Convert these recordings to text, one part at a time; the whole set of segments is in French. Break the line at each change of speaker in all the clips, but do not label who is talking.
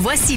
Voici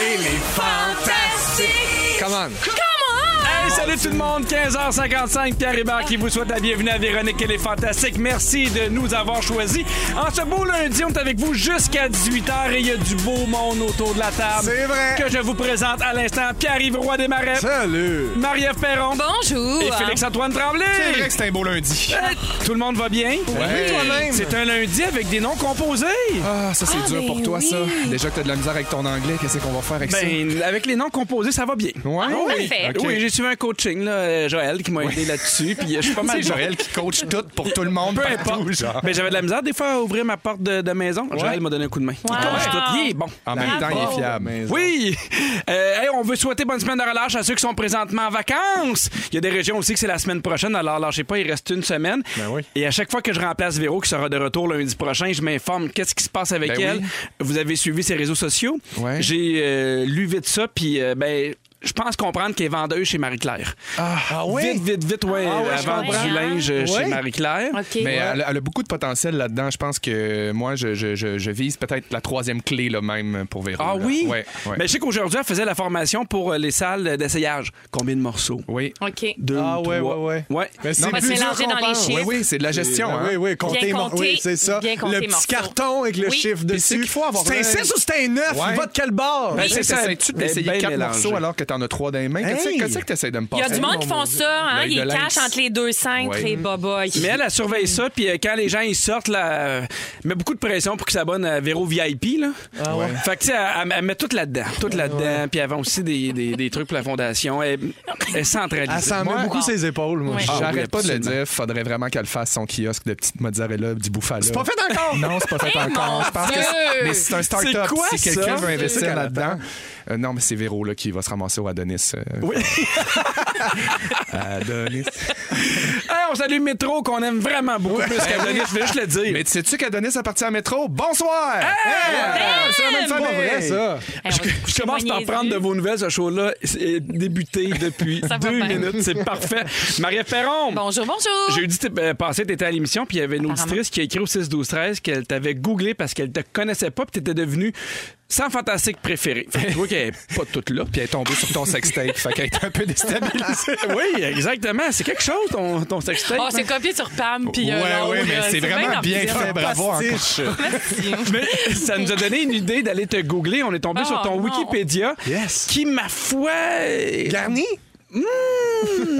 Et les fantastiques. Come on. Hey, salut tout le monde, 15h55, Pierre Hébert qui vous souhaite la bienvenue à Véronique et les Fantastiques. Merci de nous avoir choisis. En ce beau lundi, on est avec vous jusqu'à 18h et il y a du beau monde autour de la table.
C'est vrai.
Que je vous présente à l'instant Pierre-Yves Roy des Marais,
Salut.
Marie-Ève Perron
Bonjour.
et Félix-Antoine Tremblay.
C'est vrai que c'est un beau lundi.
Hey, Tout le monde va bien?
Oui, toi-même.
C'est un lundi avec des noms composés.
Ah, ça, c'est
Ah,
dur
ben
pour toi,
oui.
ça. Déjà que t'as de la misère avec ton anglais, qu'est-ce qu'on va faire avec
Ben, avec les noms composés, ça va bien.
ça? Ah, Ouais. oui.
parfait.
Ok.
Oui, j'ai suivi un coaching, là, euh, Joël, qui m'a aidé là-dessus. Puis euh, je suis pas mal.
C'est Joël qui coach tout pour tout le monde.
Peu
partout,
importe.
genre.
Mais j'avais de la misère des fois à ouvrir ma porte de, de maison. Joël m'a donné un coup de main. Il coach tout. Il est bon.
En même temps, il est fiable.
Oui! Euh, hey, on veut souhaiter bonne semaine de relâche à ceux qui sont présentement en vacances. Il y a des régions aussi que c'est la semaine prochaine, alors lâchez pas, il reste une semaine.
Ben oui.
Et à chaque fois que je remplace Véro, qui sera de retour lundi prochain, je m'informe qu'est-ce qui se passe avec
Ben
elle.
oui.
Vous avez suivi ses réseaux sociaux.
Ouais.
J'ai euh, lu vite ça, puis euh, ben. Je pense comprendre qu'elle est vendeuse chez Marie-Claire.
Ah, oui.
Vite, vite, vite, ouais.
ouais,
elle
je
vend
comprends.
du linge euh, chez
Ouais.
Marie-Claire.
OK.
Mais elle, a- elle a beaucoup de potentiel là-dedans. Je pense que moi, je, je- je- je vise peut-être la troisième clé là, même pour Véro.
Ah
là.
oui?
Ouais, ouais.
Mais je sais qu'aujourd'hui, elle faisait la formation pour euh, les salles d'essayage. Combien de morceaux?
Oui.
OK.
Deux
Ah,
ou
ouais,
trois.
ouais,
ouais.
Mais c'est
va se
plus dur
mélanger
qu'on
dans les
pense.
chiffres.
Oui, oui, c'est de la gestion. hein.
Oui, oui, comptez,
Bien
mon-
compter,
oui, c'est ça.
bien compter
le petit
morceau.
carton avec le
Oui.
chiffre
Puis c'est
dessus.
qu'il faut avoir
C'est un
un-
6 ou c'est un 9?
Ouais.
Il va de quel bord?
Ben,
Tu sais,
c'est ça.
t'essayes-tu d'essayer
Ben
quatre
mélangé.
morceaux alors que t'en as trois dans les mains? Qu'est-ce que-
Hey!
Qu'est-ce que t'essayes de me
Il y
passer?
a du monde qui font ça, hein?
Oh L'œil
Ils
de lynx.
cachent entre les deux cintres
Ouais.
et Boboy.
Mais elle, elle surveille ça, puis euh, quand les gens ils sortent, là, euh, met beaucoup de pression pour qu'ils s'abonnent à euh, Véro VIP. Là.
Ah
Fait que, tu sais, elle, elle- elle met tout là-dedans. Tout là-dedans, puis elle vend aussi des, des- des trucs pour la fondation. Elle, elle est centralisée.
Elle s'en met beaucoup ses épaules, moi.
Ouais.
je-
Ah
J'arrête
oui,
pas de le
absolument.
dire, faudrait vraiment qu'elle fasse son kiosque de petite mozzarella, du bouffala.
C'est pas fait encore!
Non, c'est pas fait encore. Je pense que c'est- mais c'est un
C'est
start-up.
quoi,
Si quelqu'un
ça?
veut
C'est
investir
ça
là-dedans. Euh, non, mais c'est Véro là, qui va se ramasser au Adonis. euh.
Oui.
Adonis.
Hey, on salue Métro, qu'on aime vraiment beaucoup plus qu'Adonis. Je voulais juste le dire.
Mais tu sais-tu qu'Adonis appartient à Métro? Bonsoir!
Hey! C'est la même
C'est pas
famille.
vrai, ça.
Hey, on va se
Je commence par
témoigner
prendre de
dessus.
vos nouvelles. Ce show-là est débuté depuis
Ça va
deux
bien.
minutes. C'est parfait. Marie Ferron.
Bonjour, bonjour.
Jeudi t- euh, passé, t'étais à l'émission, puis il y avait une
Apparemment.
auditrice qui a écrit au 6-12-13 qu'elle t'avait googlé parce qu'elle te connaissait pas, puis t'étais devenu sans fantastique préféré. Fait que tu vois qu'elle est pas toute là.
Puis elle est tombée sur ton sextape, fait qu'elle est un peu déstabilisée.
oui, exactement. C'est quelque chose, ton, ton sextape.
Oh, c'est copié sur Pam, puis euh, l'autre,
ouais, mais
euh,
c'est vraiment bien
ordinaire.
fait. Bravo encore.
Pastiche.
Mais ça nous a donné une idée d'aller te googler. On est tombé
Oh,
sur ton
non.
Wikipédia,
Yes.
qui, ma foi, est Hmm,
Garni? Ah.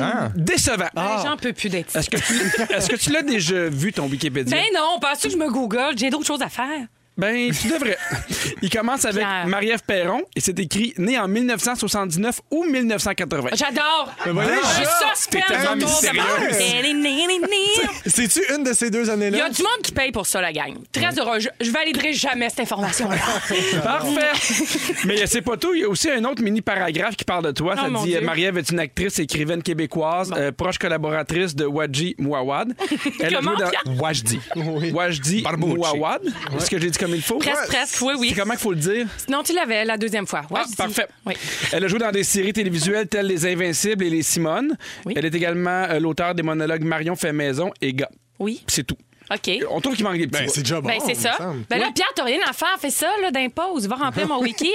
Hein?
décevant.
Hey, J'en peux plus d'être ici.
Est-ce que tu, est-ce que tu l'as déjà vu, ton Wikipédia?
Ben non, penses-tu que je me google? J'ai d'autres choses à faire.
Ben, tu devrais. Il commence avec
Pierre.
Marie-Ève Perron et c'est écrit né en 1979 ou 1980.
Ah, J'adore.
déjà,
Je suspense
tellement
autour de
mystérieuse.
moi.
C'est-tu une de ces deux
Il y a
années-là?
du monde qui paye pour ça, la gang. Très heureux. Je, je validerai jamais cette information-là.
Parfait. Mais c'est pas tout. Il y a aussi un autre mini paragraphe qui parle de toi.
Oh,
ça
mon
dit
Dieu.
Marie-Ève est une actrice écrivaine québécoise, euh, proche collaboratrice de Wadji Mouawad. Elle a
Comment,
joué dans
Pierre?
Wajdi. Wajdi
Barbouchi.
Mouawad. Est-ce que j'ai dit comme il faut?
Presque, presque. Oui, oui.
C'est comment qu'il faut le dire?
Non, tu l'avais la deuxième fois. Ouais,
Ah,
je dis.
parfait.
Oui.
Elle a joué dans des séries télévisuelles telles Les Invincibles et Les Simones.
Oui.
Elle est également euh, l'auteur des monologues Marion fait maison et gars.
Oui.
C'est tout.
OK.
On trouve qu'il manque des petits.
Ben,
bouts.
c'est déjà bon.
Ben, c'est
il me
ça.
semble.
Ben là, Pierre, t'as rien à faire. Fais ça, là, d'impose. Va remplir mon wiki.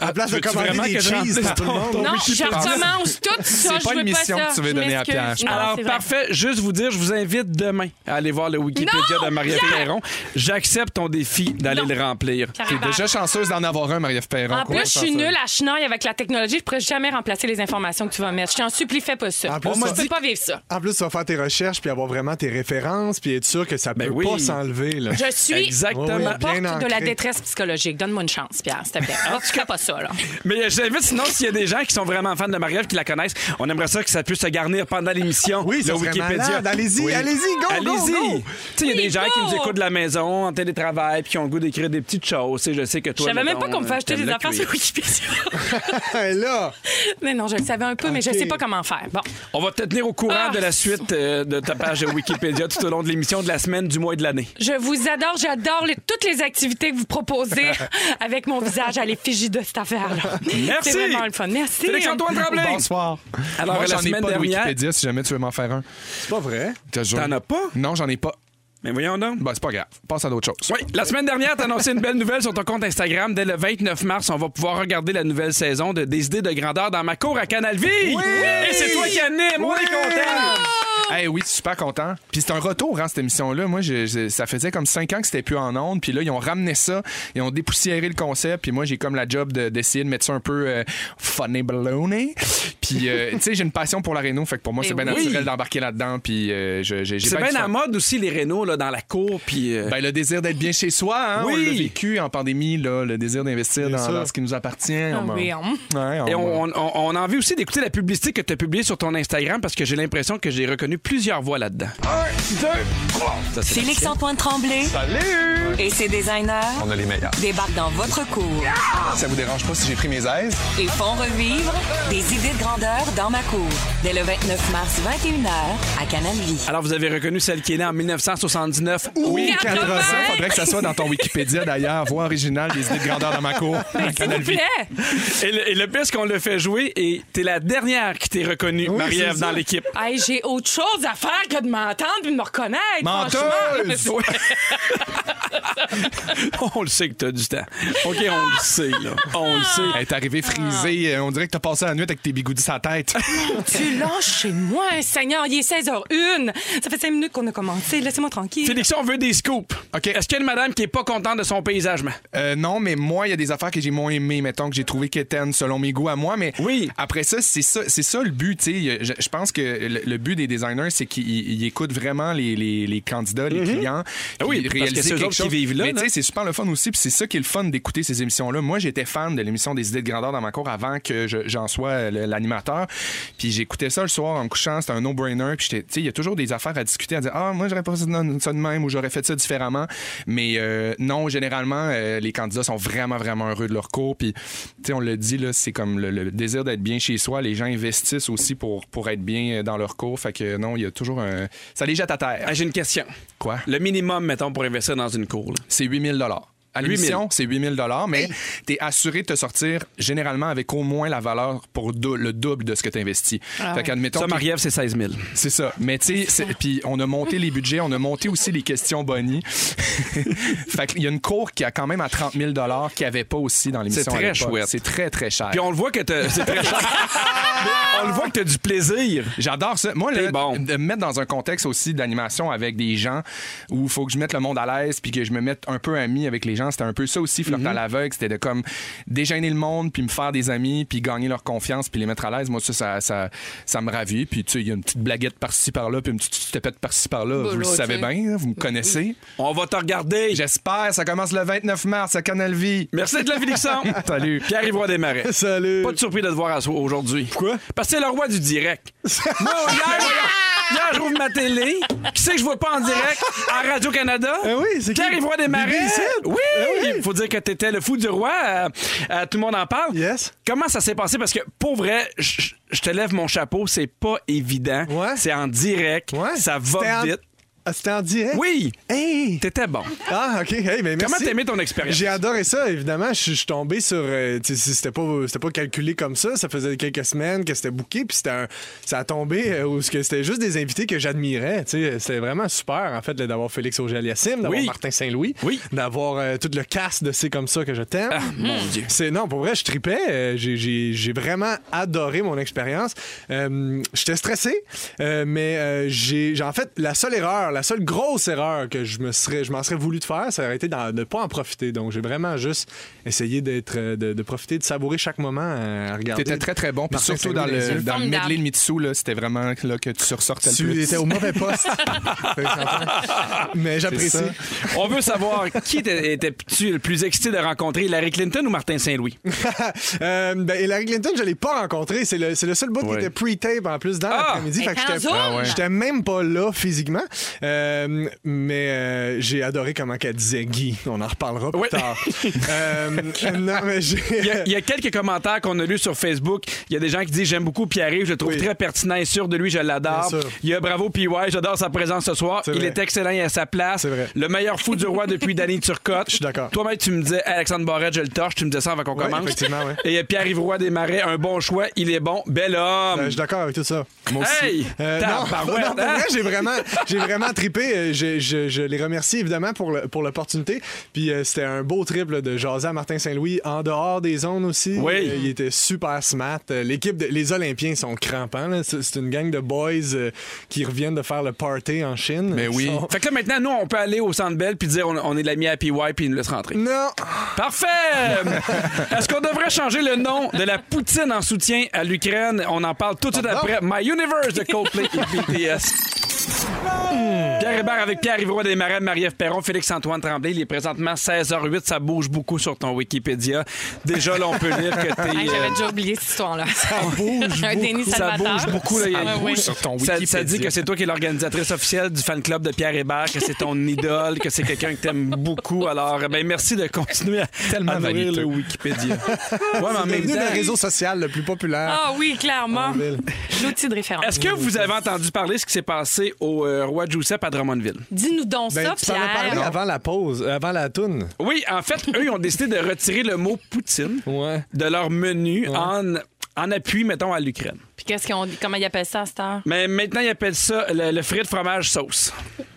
À la place de
Veux-tu
commander
vraiment
des
que je
cheese
remplisse
pour tout le
ton-
monde.
ton
Non,
Wikipédia?
je recommence tout ça.
C'est pas
je veux
une mission
pas ça.
que tu veux
Je
donner à
m'excuse.
Pierre, je
Non,
Alors,
c'est vrai.
parfait. Juste vous dire, je vous invite demain à aller voir le Wikipédia
Non,
de Marie
Pierre!
Perron. J'accepte ton défi d'aller
Non.
le remplir.
T'es déjà chanceuse d'en avoir un, Marie-Ève Perron.
En plus, je suis
Chanceuse.
nulle à chenaille avec la technologie. Je pourrais jamais remplacer les informations que tu vas mettre. Je t'en supplie, fais pas ça.
En plus,
Moi,
ça-
je peux pas vivre ça.
En plus, tu vas faire tes recherches puis avoir vraiment tes références puis être sûr que ça peut
Ben oui.
pas s'enlever. là.
Je suis
Exactement.
Oui, oui,
porte
Bien
de la
ancré.
détresse psychologique. Donne-moi une chance, Pierre, s'il te plaît. Ah, tu fais pas ça. ça, là.
Mais j'invite sinon s'il y a des gens qui sont vraiment fans de Marie-Ève qui la connaissent, on aimerait ça que ça puisse se garnir pendant l'émission.
Oui, ça
le
serait
Wikipédia.
malade. Allez-y, allez-y, go, go,
Allez-y.
go.
Tu sais, il y a
Oui,
des gens qui
go.
nous écoutent de la maison en télétravail puis qui ont le goût d'écrire des petites choses. Tu sais, je sais que
Je
toi.
savais même
mettons, euh,
pas qu'on pouvait acheter
t'aimes
des
le
affaires
cuir.
sur Wikipédia.
là,
mais non, je le savais un peu, mais je
Ok.
sais pas comment faire. Bon.
On va te tenir au courant
Ah.
de la suite euh, de ta page Wikipédia tout au long de l'émission, de la semaine, du mois et de l'année.
Je vous adore, j'adore les- toutes les activités que vous proposez avec mon visage à l'effigie de cette affaire-là.
Merci.
C'est vraiment le fun. Merci.
Félix-Antoine Tremblay.
bonsoir.
Alors,
Moi,
la
j'en ai
semaine
pas de
dernière.
Wikipédia si jamais tu veux m'en faire un.
C'est pas vrai.
Je te jure.
T'en as pas?
Non, j'en ai pas.
Mais voyons donc.
Bah, c'est pas grave. Passe à d'autres choses.
Oui, la semaine dernière, t'as annoncé une belle nouvelle sur ton compte Instagram. Dès le 29 mars, on va pouvoir regarder la nouvelle saison de Des idées de grandeur dans ma cour à Canalville. Et c'est toi qui anime, on est content.
Ah! Hey, oui, super content. Puis c'est un retour, hein, cette émission-là. Moi, je- je- ça faisait comme cinq ans que c'était plus en ondes. Puis là, ils ont ramené ça. Ils ont dépoussiéré le concept. Puis moi, j'ai comme la job de- d'essayer de, mettre ça un peu euh, funny baloney. Puis, euh, tu sais, j'ai une passion pour la réno. Fait que pour moi, c'est bien
Eh oui.
naturel d'embarquer là-dedans. Puis euh, je- j'ai j'ai
C'est
bien du
bien
fun.
à mode aussi, les rénaux, là, dans la cour. Puis, euh,
Ben, le désir d'être bien chez soi, hein,
Oui.
on l'a vécu en pandémie, là, le désir d'investir
Bien
dans,
sûr.
dans ce qui nous appartient.
Ah
On-
oui, on-
Ouais, on-
et on, on- on- on a envie aussi d'écouter la publicité que t'as publiée sur ton Instagram parce que j'ai l'impression que j'ai reconnu plusieurs voix là-dedans. Ça, c'est officiel.
Félix-Antoine Tremblay. Salut! Et ses designers. On a les meilleurs. Débarquent dans votre cours
Ça vous dérange pas si j'ai pris mes aises?
et font revivre des idées de grandeur dans ma cour. Dès le 29 mars, 21h, à Canal Vie.
Alors, vous avez reconnu celle qui est née en 1979.
Oui,
Quatre-
Ça,
80.
faudrait que ça soit dans ton Wikipédia d'ailleurs, voix originale, des idées de grandeur dans ma cour.
S'il vous plaît.
Et le, et le pire, c'est qu'on l'a fait jouer et t'es la dernière qui t'est reconnue, Marie-Ève,
c'est
dans
ça.
l'équipe.
Hey, j'ai autre chose à faire que de m'entendre et de me reconnaître.
Menteuse!
franchement.
Ouais. on le sait que t'as du temps. OK, on le sait, là. On le sait.
Elle est arrivée frisée. euh, On dirait que t'as passé la nuit avec tes bigoudis sur la tête.
Tu lâches chez moi, Seigneur. Il est 16h01. Ça fait 5 minutes qu'on a commencé. Laissez-moi tranquille.
Félix, on veut des scoops.
OK.
Est-ce qu'il y a une madame qui est pas contente de son paysagement?
Euh, non, mais moi, il y a des affaires que j'ai moins aimées, mettons, que j'ai trouvé quétaines selon mes goûts à moi. Mais
Oui.
après ça, c'est ça, c'est ça le but. tu sais. Je, je pense que le, le but des designers, c'est qu'ils ils écoutent vraiment les, les- les candidats, les clients.
Ah oui,
puis
parce que
réaliser
c'est eux
quelque
autres qui
chose.
vivent là,
Mais
là.
tu sais, c'est super le fun aussi. Puis c'est ça qui est le fun d'écouter ces émissions-là. Moi, j'étais fan de l'émission des idées de grandeur dans ma cour avant que je- j'en sois le- l'animateur. Puis j'écoutais ça le soir en me couchant. C'était un no-brainer. Puis j'étais- tu sais, il y a toujours des affaires à discuter, à dire Ah, moi, j'aurais pas fait ça de même ou j'aurais fait ça différemment. Mais euh, non, généralement, euh, les candidats sont vraiment, vraiment heureux de leur cours. Puis, tu sais, on le dit, là, c'est comme le, le désir d'être bien chez soi. Les gens investissent aussi pour, pour être bien dans leur cours. Fait que non, il y a toujours un. Ça les jette à terre.
Ah, J'ai une question.
Quoi?
Le minimum, mettons, pour investir dans une cour. là.
c'est 8000 dollars. À
8 000.
l'émission, c'est 8000 dollars, mais tu es assuré de te sortir généralement avec au moins la valeur pour dou- le double de ce que tu investis. fait qu'admettons
Ça,
que-
Marie-Ève, c'est 16 000.
c'est ça. Mais tu sais, c'est- puis on a monté les budgets, on a monté aussi les questions Bonnie. fait qu'il y a une cour qui a quand même à 30 000 dollars qui avait pas aussi dans l'émission.
C'est
à
très
l'époque.
chouette.
C'est très très cher.
Puis on le voit que t'as. C'est très cher. Mais on le voit que t'as du plaisir.
J'adore ça. Moi,
T'es
là,
bon.
de me mettre dans un contexte aussi d'animation avec des gens où il faut que je mette le monde à l'aise puis que je me mette un peu ami avec les gens, c'était un peu ça aussi, flirter à
Mhm.
l'aveugle. C'était de comme déjeuner le monde puis me faire des amis puis gagner leur confiance puis les mettre à l'aise. Moi, ça, ça, ça, ça me ravit. Puis, tu sais, il y a une petite blaguette par-ci par-là puis une petite stepette par-ci par-là. vous le
là,
savez
tu sais.
bien, hein, vous me connaissez.
On va te regarder.
J'espère, ça commence le 29 mars à Canal Vie.
Merci d'être là, Félixon. Salut. Pierre-Yvroy Desmarais.
Salut.
Pas de surpris de te voir à- aujourd'hui.
Pourquoi?
Parce que c'est le roi du direct. Moi, hier, hier, j'ouvre ma télé. Qui c'est que je vois pas en direct? À Radio-Canada.
Eh oui, c'est qui?
Pierre-Yvroy Desmarais.
Bibi ici?
Oui!
Eh
Il
oui.
faut dire que t'étais le fou du roi. euh, euh, tout le monde en parle.
Yes.
Comment ça s'est passé? Parce que, pour vrai, je je- je te lève mon chapeau. C'est pas évident.
Ouais.
C'est en direct.
Ouais.
Ça
C'était
va
en-
vite.
Ah, C'était en direct?
Oui!
Hey!
T'étais bon.
Ah, OK. Hey, ben, merci.
Comment t'as aimé ton expérience?
J'ai adoré ça, évidemment. Je suis- je suis tombé sur. euh, tu sais, c'était pas, c'était pas calculé comme ça. Ça faisait quelques semaines que c'était booké, puis c'était un- ça a tombé euh, où ce que c'était juste des invités que j'admirais. Tu sais, C'était vraiment super, en fait, là, d'avoir Félix Auger-Aliassime, d'avoir
Oui.
Martin Saint-Louis,
Oui.
d'avoir euh, tout le cast de C'est comme ça que je t'aime. Mm.
Ah, mon Dieu.
C'est non, pour vrai, je tripais. Euh, j'ai- J'ai j'ai vraiment adoré mon expérience. Euh, J'étais stressé, euh, mais euh, j'ai j'ai- en fait la seule erreur, la seule grosse erreur que je me serais, je m'en serais voulu de faire, ça aurait été d'en- de ne pas en profiter. Donc, j'ai vraiment juste essayé d'être, euh, de, de profiter, de savourer chaque moment euh, à regarder.
T'étais très, très bon. Puis
Martin
surtout dans
Saint-Louis, les
le,
yeux.
dans le
Formidable.
medley de Mitsu, là, c'était vraiment là que tu ressortais le
Tu
plus.
étais au mauvais poste. Fait que j'entends. Mais j'apprécie.
ça.
On veut savoir qui était- étais-tu le plus excité de rencontrer, Larry Clinton ou Martin Saint-Louis?
Euh, ben, Hillary Clinton, je l'ai pas rencontré. C'est le, c'est le seul bout
Ouais.
qui était pre-tape en plus dans
Ah!
l'après-midi. Fait que
Elle était en
j'étais,
Zoom! Ah ouais.
j'étais même pas là physiquement. Euh, mais euh, j'ai adoré comment qu'elle disait Guy. On en reparlera plus
Ouais.
tard. Euh, non, mais j'ai.
Il y, a, il y a quelques commentaires qu'on a lus sur Facebook. Il y a des gens qui disent J'aime beaucoup Pierre-Yves, je le trouve
Oui.
très pertinent et sûr de lui, je l'adore.
Bien sûr.
Il y a Bravo PY, j'adore sa présence ce soir.
C'est
Il
vrai.
est excellent, il est à sa place.
C'est vrai.
Le meilleur fou du roi depuis Danny Turcotte.
Je suis d'accord.
Toi-même, tu me disais Alexandre Barrette, je le torche. Tu me disais ça avant qu'on
Ouais,
commence.
effectivement, ouais.
Et Pierre-Yves Roy des Marais, un bon choix, il est bon, bel homme.
Euh, je suis d'accord avec tout ça.
Hey!
Euh, non,
Tabarouette,
non, pour
hein?
vrai, j'ai vraiment, j'ai vraiment trippé. Euh, Je, je- je les remercie évidemment pour, le- pour l'opportunité. Puis euh, c'était un beau trip là, de jaser à Martin Saint-Louis en dehors des zones aussi.
Oui.
Euh, il était super smart. Euh, L'équipe, de- les Olympiens sont crampants. là. C'est c'est une gang de boys euh, qui reviennent de faire le party en Chine.
Mais
Ils
oui.
sont-
Fait que là, maintenant, nous, on peut aller au Centre Bell puis dire on, on est de l'ami à PY puis ils nous laissent rentrer.
Non.
Parfait! Est-ce qu'on devrait changer le nom de la poutine en soutien à l'Ukraine? On en parle tout de suite après. My Universe de Coldplay et BTS. Pierre Hébert avec Pierre Ivroy des Marais, Marie-Ève Perron, Félix-Antoine Tremblay. Il est présentement 16h08. Ça bouge beaucoup sur ton Wikipédia. Déjà, là, on peut lire que
Hey,
t'es.
J'avais
euh,
déjà oublié cette histoire-là. Ça bouge. Un Ah, déni
ça
salvateur.
bouge beaucoup. Là, il y a
Ouais,
beaucoup
ouais.
sur ton Ah ça, ça dit que c'est toi qui es l'organisatrice officielle du fan club de Pierre Hébert, que c'est ton idole, que c'est quelqu'un que t'aimes beaucoup. Alors, ben merci de continuer à,
Tellement
à nourrir
vaniteux.
le Wikipédia. Ouais, mais en
C'est
même
devenu
temps,
le réseau social le plus populaire. Ben,
Ah oui, clairement.
en ville.
L'outil de référence.
Est-ce que vous avez entendu parler de ce qui s'est passé au euh, roi Giuseppe à Drummondville?
Dis-nous donc
Ben,
ça,
tu t'en as parlé
Pierre.
avant la pause, euh, avant la toune.
Oui, en fait, eux, ils ont décidé de retirer le mot Poutine
Ouais.
de leur menu en, en appui, mettons, à l'Ukraine.
Puis qu'est-ce qu'on dit? Comment ils appellent ça à cette heure?
Mais maintenant, ils appellent ça le, le frit de fromage sauce.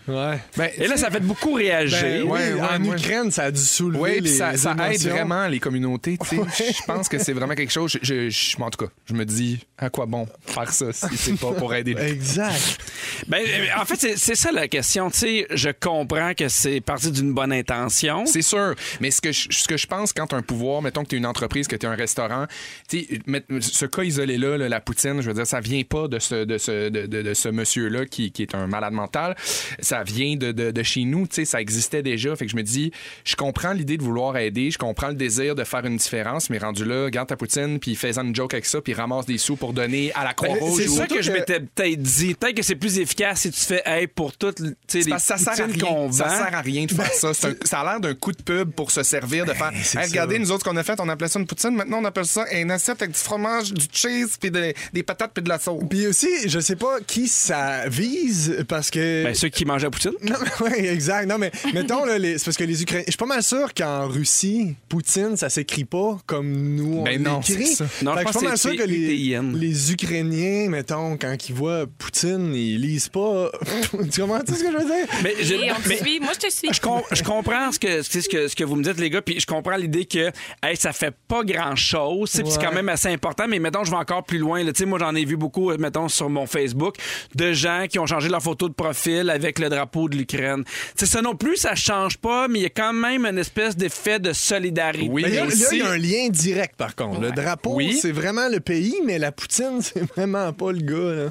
Ouais.
Et là, ça fait beaucoup réagir.
Ben oui,
Euh, ouais,
en
ouais.
Ukraine, ça a dû soulever
Oui,
les
puis ça, ça aide
émotions.
vraiment les communautés. tu sais. Je pense que c'est vraiment quelque chose. Je, je- je- en tout cas, je me dis, à quoi bon faire ça si c'est pas pour aider les
Exact.
Ben, euh, en fait, c'est- c'est ça la question. Tu sais, je comprends que c'est parti d'une bonne intention.
C'est sûr. Mais ce que, je, ce que je pense quand t'as un pouvoir, mettons que tu une entreprise, que tu un restaurant, tu sais, met- ce cas isolé-là, là, la poutine, je veux dire, ça vient pas de ce, de ce, de, de- de ce monsieur-là qui, qui est un malade mental. Ça vient de, de- de chez nous. tu sais, Ça existait déjà. Fait que je me dis, je comprends l'idée de vouloir aider, je comprends le désir de faire une différence, mais rendu là, garde ta poutine, puis fais-en une joke avec ça, puis ramasse des sous pour donner à la Croix-Rouge.
Oh, C'est
ou-
ça
Ben, surtout
que, je
que-
m'étais peut-être dit. Peut-être que c'est plus efficace si tu fais hey, pour toutes tu sais,
C'est
les
parce que ça sert à
poutines qu'on
rien. Ça
vend.
sert à rien de faire ça. C'est un- ça a l'air d'un coup de pub pour se servir de faire.
c'est
Hey,
ça.
regardez, nous autres, ce qu'on a fait, on appelait ça une poutine. Maintenant, on appelle ça une assiette avec du fromage, du cheese, puis de- des patates, puis de la sauce.
Puis aussi, je sais pas qui ça vise parce que.
Ben, ceux qui mangent la poutine.
non, mais- ouais, exact. Non, mais mettons, là, les- c'est parce que les Ukrainiens. Je suis pas mal sûr qu'en Russie, Poutine, ça s'écrit pas comme nous, on
Ben non,
l'écrit.
c'est ça.
Non,
Fait
je
que
pense
suis pas mal
que c'est
sûr que les,
UTIN.
les Ukrainiens, mettons, quand ils voient Poutine, ils lisent pas. tu comprends tu sais ce que je veux dire?
Mais je,
Et on te
mais
suit. Moi, je te suis.
je, com- je comprends ce que, c'est ce, que, ce que vous me dites, les gars, puis je comprends l'idée que hey, ça fait pas grand-chose, tu sais, puis c'est
Ouais.
quand même assez important, mais mettons, je vais encore plus loin. là. Tu sais, moi, j'en ai vu beaucoup, euh, mettons, sur mon Facebook, de gens qui ont changé leur photo de profil avec le drapeau de l'Ukraine. Tu sais, ça non plus, ça change pas, mais il y a quand même une espèce d'effet de solidarité.
Oui,
Mais là,
mais
là,
aussi-
il y a un lien direct, par contre. Le drapeau,
Oui.
c'est vraiment le pays, mais la Poutine, c'est vraiment pas le gars. Là.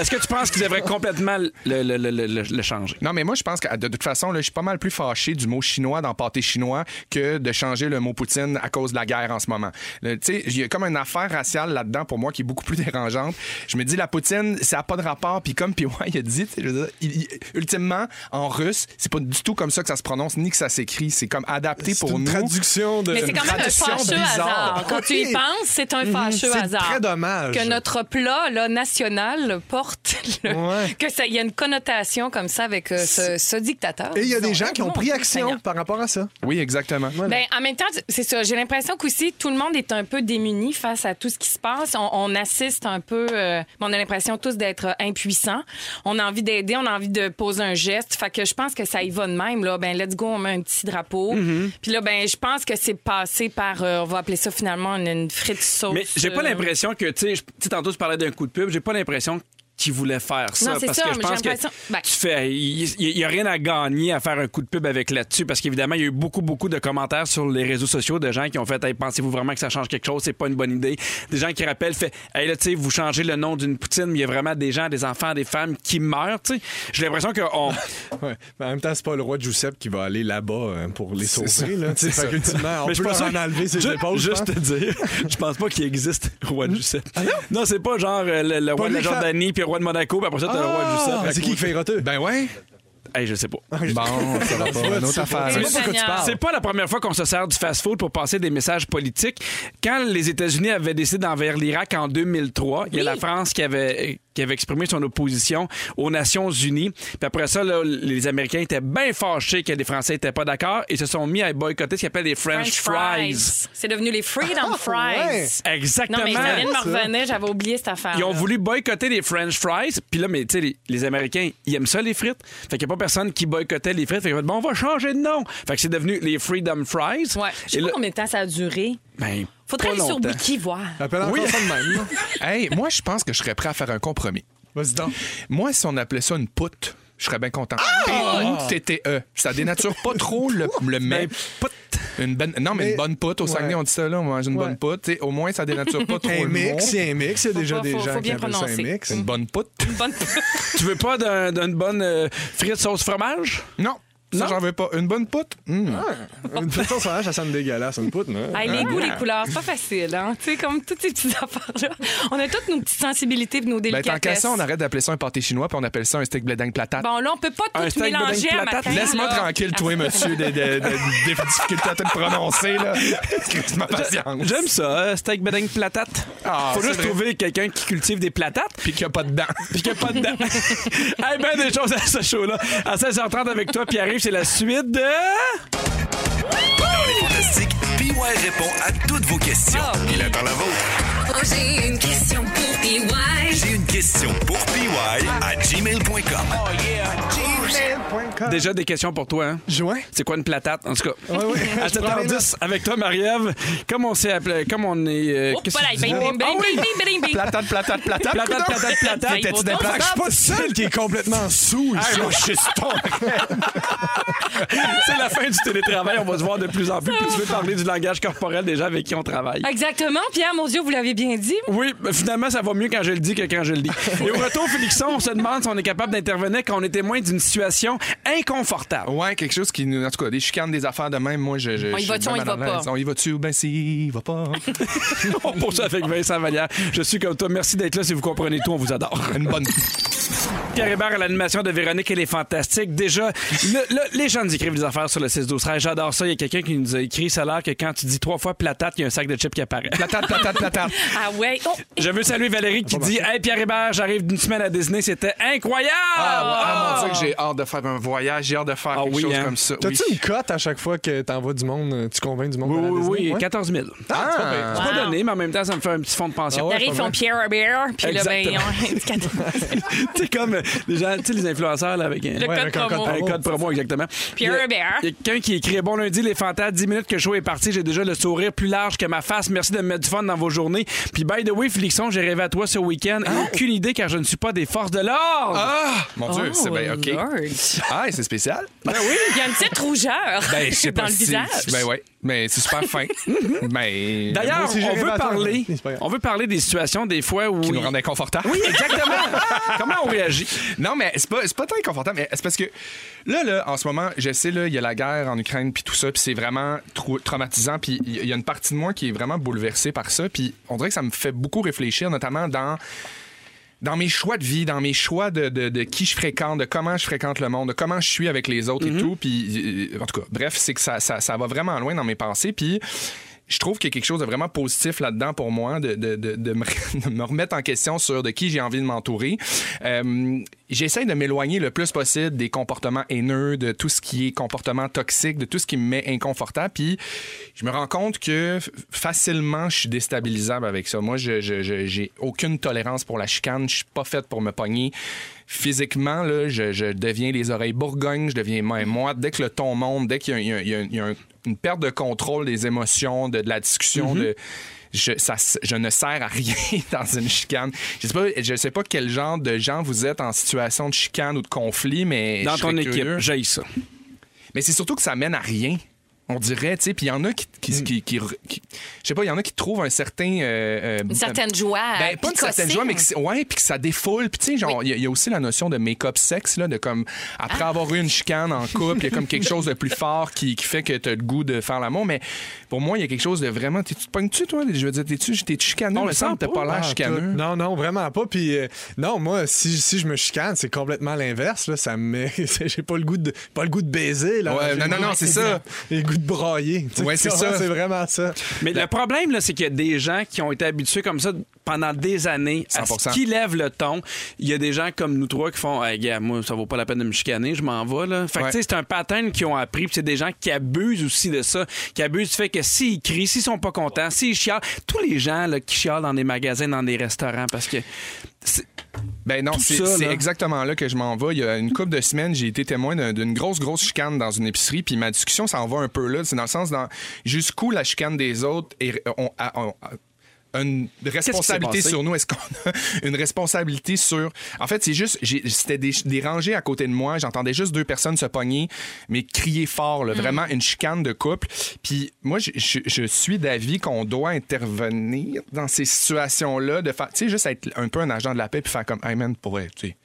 Est-ce que tu penses qu'ils devraient complètement le, le- le- le- le- le changer?
Non, mais moi, je pense que de toute façon, là, je suis pas mal plus fâché du mot chinois dans pâté chinois que de changer le mot Poutine à cause de la guerre en ce moment. Le- Tu sais, il y a comme une affaire raciale là-dedans pour moi qui est beaucoup plus dérangeante. Je me dis, la Poutine, ça n'a pas de rapport. Puis comme PY a dit, tu sais, je veux dire, il- il- ultimement, en russe, c'est pas du tout comme ça que ça se prononce ni que ça s'écrit. C'est comme adapté
C'est
pour
une
nous.
traduction de.
Mais c'est quand même un
tradition
fâcheux
bizarre.
hasard. Quand tu y
Oui. Mhm.
penses, c'est un fâcheux
C'est
hasard.
très dommage.
Que notre plat là, national porte le-
Ouais.
que ça il y a une connotation comme ça avec euh, ce, ce dictateur.
Et il y a des
disons.
gens qui ont
Mon
pris
Dieu,
action
Seigneur.
par rapport à ça.
Oui, exactement.
Ben, en même temps, c'est ça. J'ai l'impression qu'aussi, tout le monde est un peu démuni face à tout ce qui se passe. On, on assiste un peu. euh, on a l'impression tous d'être impuissants. On a envie d'aider, on a envie de poser un geste. Fait que je pense que ça y va de même. Là. Ben, let's go, on met un petit drapeau.
Mm-hmm.
Puis là, ben, je pense que c'est passé par. euh, on va appeler ça finalement une, une frite sauce.
Mais j'ai pas
euh,
l'impression que, tu sais, je- tu sais, tantôt tu parlais d'un coup de pub, j'ai pas l'impression qui voulait faire ça.
Non, c'est
parce
ça,
que je
mais
pense
j'ai
que
l'impression- Ben.
tu fais. Il n'y a rien à gagner à faire un coup de pub avec là-dessus. Parce qu'évidemment, il y a eu beaucoup, beaucoup de commentaires sur les réseaux sociaux de gens qui ont fait Hey, pensez-vous vraiment que ça change quelque chose? C'est pas une bonne idée. Des gens qui rappellent fait Hey, là, tu sais, vous changez le nom d'une poutine, mais il y a vraiment des gens, des enfants, des femmes qui meurent, tu sais. J'ai l'impression qu'on.
Ouais. Mais en même temps, c'est pas le roi de Giuseppe qui va aller là-bas hein, pour les
C'est
sauver.
ça.
Là, tu sais.
C'est
fait
ça.
qu'ultimement, on
je
peut
pense
leur en enlever ses épaules. je
Juste
pense.
te dire, je pense pas qu'il existe roi de Giuseppe. non, c'est pas genre euh, le, le roi de la
lui, ça-
Jordanie puis le roi de Monaco, puis après ça, t'as le roi de Giuseppe.
Ah, C'est qui qui fait roteux?
Ben ouais.
Hey, Ah, je sais pas.
Bon, ça va pas. Une autre affaire.
C'est pas pourquoi tu parles.
C'est pas la première fois qu'on se sert du fast-food pour passer des messages politiques. Quand les États-Unis avaient décidé d'envers l'Irak en 2003, il y a la France qui avait, qui avait exprimé son opposition aux Nations Unies. Puis après ça, là, les Américains étaient bien fâchés que les Français n'étaient pas d'accord et se sont mis à boycotter ce qu'ils appellent les French, fries.
C'est devenu les Freedom
Ah, ouais.
Fries.
Exactement.
Non, mais Caroline me
ça.
revenait, j'avais oublié cette affaire.
Ils ont voulu boycotter les French fries. Puis là, mais tu sais, les, les Américains, ils aiment ça, les frites. Fait qu'il n'y a pas personne qui boycottait les frites. Fait qu'ils ont dit, bon, on va changer de nom. Fait que c'est devenu les Freedom Fries.
Ouais. Je sais
Et
pas
là-
combien de temps ça a duré.
Ben,
Faudrait
pas
aller sur
longtemps.
Wiki voir.
Appelle encore ça de même. là.
Hey, moi, je pense que je serais prêt à faire un compromis.
Vas-y donc.
Moi, si on appelait ça une poutre, je serais bien content.
Ah!
P-O-U-T-T-E. E. Ça dénature pas trop le, le mets. Une bonne, non, mais,
Ben, Mais-
une bonne poutre. Au Saguenay,
Ouais.
on dit ça, là, on mange une bonne poutre. Tu sais, Au moins, ça dénature pas trop
Un
le
mix,
mot.
c'est un mix. Il y a déjà
pas-
des
faut- faut
gens qui
bien
appellent ça un
prononcer.
mix.
Une bonne poutre?
Bonne-
tu veux pas d'un- d'une bonne euh, frite sauce fromage?
Non.
Non.
Ça, j'en veux pas. Une bonne poutre? Hum.
Une petite sauce orange, ça sonne dégueulasse. Une poutre, non?
Hey, les goûts,
Ah.
les couleurs, c'est pas facile, hein? Tu sais, comme toutes ces petites affaires-là. On a toutes nos petites sensibilités et nos
Ben, tant qu'à
délicatesses.
ça, on arrête d'appeler ça un pâté chinois, puis on appelle ça un steak bledang platate.
Bon, là, on peut pas
Un
tout
steak
mélanger
bleding
à
patate.
matin.
Laisse-moi
là.
tranquille, toi, monsieur, des, des, des- des difficultés à te le prononcer, là. Excuse ma patience.
J'aime ça, euh, steak bedding platate.
Ah,
Faut
c'est
juste
vrai.
trouver quelqu'un qui cultive des platates.
Puis qu'il n'y a pas de dents.
Puis qu'il n'y a pas dedans. hey, ben des choses à ce show-là. À 16h30 avec toi, puis arrive, c'est la suite de.
Fantastique, PY répond à toutes vos questions. Il attend la vôtre.
Oh, J'ai une question pour PY.
J'ai une question pour PY à gmail.com.
Déjà des questions pour toi, hein?
Joint?
C'est quoi une platate, en tout cas?
Ouais, ouais.
À
Je prends mes
7h10, avec toi, Marie-Ève, comme on s'est appelé, comme on est. euh,
Oh,
qu'est-ce
voilà,
que tu
bing,
disais?
bing, Ben, bing,
Ah oui!
bing, bing, bing, bing.
Platate, platate, platate.
Platate, platate, platate.
T'étais-tu
T'étais-tu
dans
Fait que Ah, Je suis pas le seul qui est complètement saoul.
Hey, moi, je suis C'est la fin du télétravail, on va se voir de plus en plus. Puis tu veux parler du langage corporel des gens avec qui on travaille.
Exactement, Pierre, mon Dieu, vous l'avez bien dit.
Oui, ben, finalement, ça va mieux quand je le dis que quand je le dis. Et au retour, Félixon, on se demande si on est capable d'intervenir quand on est témoin d'une situation inconfortable.
Ouais, quelque chose qui nous. En tout cas, des chicanes, des affaires de même. Moi, je. je
On y
je suis
va-tu, on
bien
y va
mal à l'aise.
pas?
On y va-tu? Ben, si, il va pas.
on pose ça avec Vincent Vallière. Je suis comme toi. Merci d'être là. Si vous comprenez tout, on vous adore.
Une bonne.
Pierre Hébert à l'animation de Véronique, elle est fantastique. Déjà, le- le- les gens nous écrivent des affaires sur le 16 12 13. J'adore ça. Il y a quelqu'un qui nous a écrit ça a l'air que quand tu dis trois fois platate, il y a un sac de chips qui apparaît.
Platate, platate, platate.
Ah ouais. Oh,
Je veux saluer Valérie
Ah,
qui dit Hey Pierre Hébert, j'arrive d'une semaine à Disney, c'était incroyable!
Ah, mon Dieu, que j'ai hâte de faire un voyage. J'ai hâte de faire
Ah
quelque
oui,
chose
hein.
comme ça.
T'as-tu
Oui.
une cote à chaque fois que t'envoies du monde, euh, tu convaincs du monde?
Oui,
à la
oui,
Disney?
oui,
Ouais.
14 000.
Ah, c'est pas pire. Ah
C'est pas donné, mais en même temps, ça me fait un petit fond de pension.
ils arrivent, ils font Pierre Hébert, puis là, ben, ils
Exactement.
ont
tu sais, comme euh, les gens, tu sais, les influenceurs là, avec un.
le
Ouais,
code
avec un code
promo.
Un code promo, exactement.
Pierre
Il y a-
Hébert.
Il y a quelqu'un qui écrit Bon lundi, les fantas, 10 minutes que le show est parti, j'ai déjà le sourire plus large que ma face. Merci de me mettre du fun dans vos journées. Puis, by the way, Félixon, j'ai rêvé à toi ce week-end.
Ah.
Aucune idée car je ne suis pas des forces de l'ordre.
Ah, mon Dieu, c'est bien, OK.
Oh, Lord.
Ah, et c'est spécial.
Il y a une petite rougeur
Ben, je sais
dans
pas
le
si-
visage.
Ben, ouais. Mais c'est super fin. Ben, Mais.
D'ailleurs,
Moi aussi, j'ai
on
rêvé
veut
à toi.
parler,
C'est pas grave.
on veut parler des situations des fois où
Qui
il-
nous rendent inconfortables.
Oui, exactement. Comment on réagit
Non, mais c'est pas, c'est pas tant inconfortable, mais c'est parce que là, là, en ce moment, je sais, là, il y a la guerre en Ukraine, puis tout ça, puis c'est vraiment trou- traumatisant, puis il y- il y a une partie de moi qui est vraiment bouleversée par ça, puis on dirait que ça me fait beaucoup réfléchir, notamment dans dans mes choix de vie, dans mes choix de, de- de qui je fréquente, de comment je fréquente le monde, de comment je suis avec les autres et tout. Puis, euh, en tout cas, bref, c'est que ça, ça, ça va vraiment loin dans mes pensées. Puis, je trouve qu'il y a quelque chose de vraiment positif là-dedans pour moi, de, de- de- de me, de me remettre en question sur de qui j'ai envie de m'entourer. Euh, J'essaie de m'éloigner le plus possible des comportements haineux, de tout ce qui est comportement toxique, de tout ce qui me met inconfortable. Puis, je me rends compte que f- facilement, je suis déstabilisable avec ça. Moi, je, je- je- j'ai aucune tolérance pour la chicane. Je suis pas faite pour me pogner. Physiquement, là, je, je deviens les oreilles bourgognes, je deviens moi moite. Dès que le ton
Mm-hmm.
monte, dès qu'il y a, il y a- il y a- il y a un- une perte de contrôle des émotions, de, de la discussion, de. je, ça, je ne sers à rien dans une chicane. Je sais pas, je sais pas quel genre de gens vous êtes en situation de chicane ou de conflit, mais
Dans
je
ton
serais
équipe,
curieux.
j'ai ça.
Mais c'est surtout que ça mène à rien. On dirait, tu sais, puis il y en a qui, qui,
Mm.
qui- qui- qui- je sais pas, il y en a qui trouvent un certain, euh, euh,
Une certaine hein. joie.
ben, pas une certaine joie, mais que c'est- ouais, puis que ça défoule. Puis tu sais, genre, il y a- il y, a aussi la notion de make-up sexe, là, de comme, après
Ah.
avoir eu une chicane en couple, il y a comme quelque chose de plus fort qui, qui fait que t'as le goût de faire l'amour. Mais pour moi, il y a quelque chose de vraiment. T'es, tu te pognes-tu, toi? Je veux dire, t'es-tu, t'es-tu chicané?
On
me
le
semble,
sent
t'as pas
pas,
l'air
Ah, tout.
chicaneux.
Non, non, vraiment pas. Puis euh, non, moi, si, si je me chicane, c'est complètement l'inverse. Là. Ça me met... J'ai pas le goût de pas le goût de baiser. Là.
Ouais,
J'ai
non,
le
non,
goût-
non, c'est ça.
J'ai le goût de brailler. Tu sais,
Ouais, c'est
tu
ça.
vois, C'est vraiment ça.
Mais le problème, là, c'est qu'il y a des gens qui ont été habitués comme ça pendant des années à ce
100%.
qui lève le ton. Il y a des gens comme nous trois qui font Hey, gars, moi, ça vaut pas la peine de me chicaner, je m'en vais. Là. Fait que,
Ouais.
tu sais, c'est un pattern qu'ils ont appris. Puis c'est des gens qui abusent aussi de ça, qui abusent du fait que s'ils crient, s'ils sont pas contents, s'ils chialent, tous les gens là, qui chialent dans des magasins, dans des restaurants, parce que. c'est-
Ben non,
Tout
c'est
ça,
c'est
là.
exactement là que je m'en vais. Il y a une couple de semaines, j'ai été témoin d'un- d'une grosse, grosse chicane dans une épicerie, puis ma discussion s'en va un peu là. C'est dans le sens dans jusqu'où la chicane des autres est, on, a- on a une responsabilité
passé?
sur nous. Est-ce qu'on a une responsabilité sur... En fait, c'est juste, j'ai- c'était des, des rangées à côté de moi, j'entendais juste deux personnes se pogner, mais crier fort,
Mm.
là, vraiment une chicane de couple. Puis moi, je, je- je suis d'avis qu'on doit intervenir dans ces situations-là, de faire, tu sais, juste être un peu un agent de la paix, puis faire comme, hey man, pour vrai, tu sais.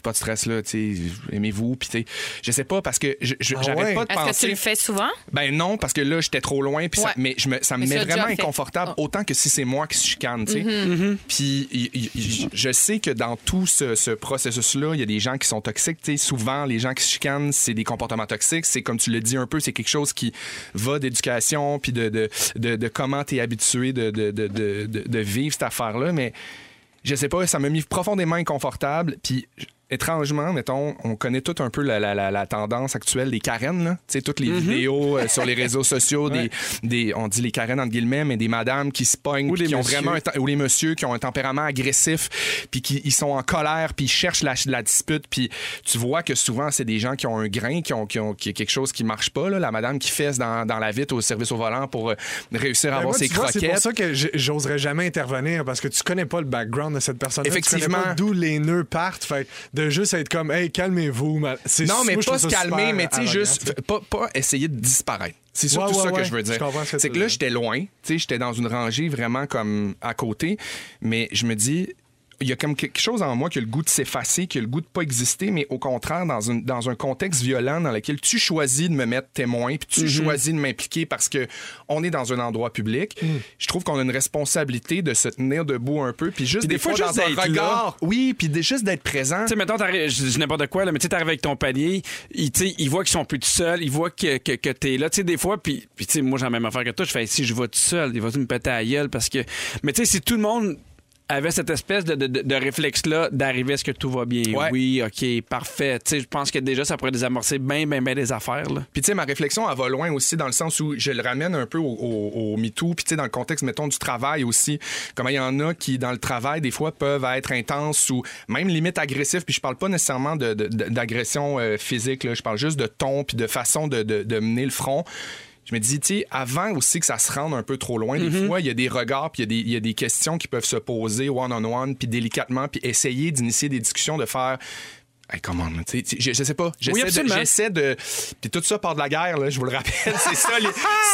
Pas de stress là, tu sais, aimez-vous, puis tu sais, je sais pas parce que je- je-
Ah
j'arrête
ouais.
pas de
Est-ce que tu
penser.
le fais souvent?
Ben non, parce que là, j'étais trop loin, puis ça,
Ouais.
mais je me, ça me
Mais
met
ça,
vraiment
déjà fait. Ah. Mm-hmm.
inconfortable, autant que si c'est moi qui se chicane, tu sais. Puis il- il- il- je sais que dans tout ce, ce processus-là, il y a des gens qui sont toxiques, tu sais. Souvent, les gens qui se chicanent, c'est des comportements toxiques. C'est comme tu le dis un peu, c'est quelque chose qui va d'éducation, puis de, de, de, de comment t'es habitué de, de, de, de, de- de vivre cette affaire-là, mais je sais pas, ça m'a mis profondément inconfortable. Puis j- étrangement, mettons, on connaît tout un peu la, la- la- la tendance actuelle des Karen, là. Tu sais, toutes
Mm-hmm.
les vidéos euh, sur les réseaux sociaux, des, des, on dit les Karen entre guillemets, mais des madames qui se pognent,
Ou
puis
les
qui ont
messieurs.
vraiment un tem- ou les messieurs qui ont un tempérament agressif, puis qui ils sont en colère, puis ils cherchent la, la dispute, puis tu vois que souvent c'est des gens qui ont un grain, qui ont, qui ont, qui- quelque chose qui marche pas, là. La madame qui fesse dans, dans la vitre au service au volant pour euh, réussir à
Ben,
avoir
moi,
ses
tu vois, C'est pour
croquettes.
ça que j- j'oserais jamais intervenir parce que tu connais pas le background de cette personne. Tu
Effectivement.
connais pas d'où les nœuds partent. Fait que de juste être comme, hey, calmez-vous. ma- c'est-
Non, mais
moi, je
pas se
trouve ça
calmer,
super
mais tu sais,
arrogant,
juste f- pas, pas essayer de disparaître. C'est
Ouais,
surtout
ouais,
ça
ouais.
que je veux dire.
Je comprends ce que
c'est
tu
que
veux
là,
dire.
j'étais loin. Tu sais, j'étais dans une rangée vraiment comme à côté, mais je me dis. Il y a comme quelque chose en moi qui a le goût de s'effacer, qui a le goût de pas exister, mais au contraire, dans, une, dans un contexte violent dans lequel tu choisis de me mettre témoin, puis
Mhm.
tu choisis de m'impliquer parce que on est dans un endroit
Mm.
public, je trouve qu'on a une responsabilité de se tenir debout un peu, puis juste
Puis
des,
des fois,
fois,
juste
dans un
d'être là.
regard, oui, puis de- juste d'être présent.
Tu sais, mettons, t'arrives- je dis n'importe quoi, là, mais tu sais, t'arrives avec ton panier, ils, tu sais, ils voient qu'ils sont plus tout seuls, ils voient que, que, que t'es là. Tu sais, des fois, puis, puis tu sais, moi, j'ai la même affaire que toi, je fais, si je vais tout seul, il va me péter à gueule parce que. Mais tu sais, si tout le monde avait cette espèce de, de- de- de réflexe-là d'arriver à ce que tout va bien.
Ouais.
Oui, OK, parfait. Tu sais, je pense que déjà, ça pourrait désamorcer bien, bien, bien des affaires, là.
Puis, tu sais, ma réflexion, elle va loin aussi dans le sens où je le ramène un peu au, au, au MeToo. Puis, tu sais, dans le contexte, mettons, du travail aussi, comment il y en a qui, dans le travail, des fois, peuvent être intenses ou même limite agressifs. Puis, je parle pas nécessairement de- de- de- d'agression euh, physique, là. Je parle juste de ton puis de façon de, de- de mener le front. Je me dis, tu sais, avant aussi que ça se rende un peu trop loin,
Mm-hmm.
des fois, il y a des regards, puis il y a des- il y, a des questions qui peuvent se poser one-on-one, puis délicatement, puis essayer d'initier des discussions, de faire. Hey, come on, tu sais, tu- je, je sais pas.
Oui,
J'essaie de,
absolument.
j'essaie de. Puis tout ça part de la guerre, là, je vous le rappelle. C'est ça, les-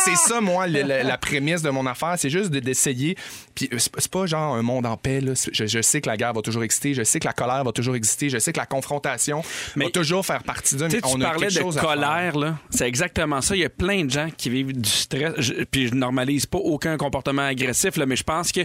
c'est ça, moi, le- la, la prémisse de mon affaire. C'est juste de- d'essayer. Puis euh, c'est pas- c'est pas genre un monde en paix, là. C'est- Je, je sais que la guerre va toujours exister. Je sais que la colère va toujours exister. Je sais que la confrontation
Mais-
va toujours faire partie d'un.
Tu sais, tu parlais de
à faire.
colère, là. C'est exactement ça. Il y a plein de gens qui vivent du stress. Je- puis je normalise pas aucun comportement agressif, là, mais je pense que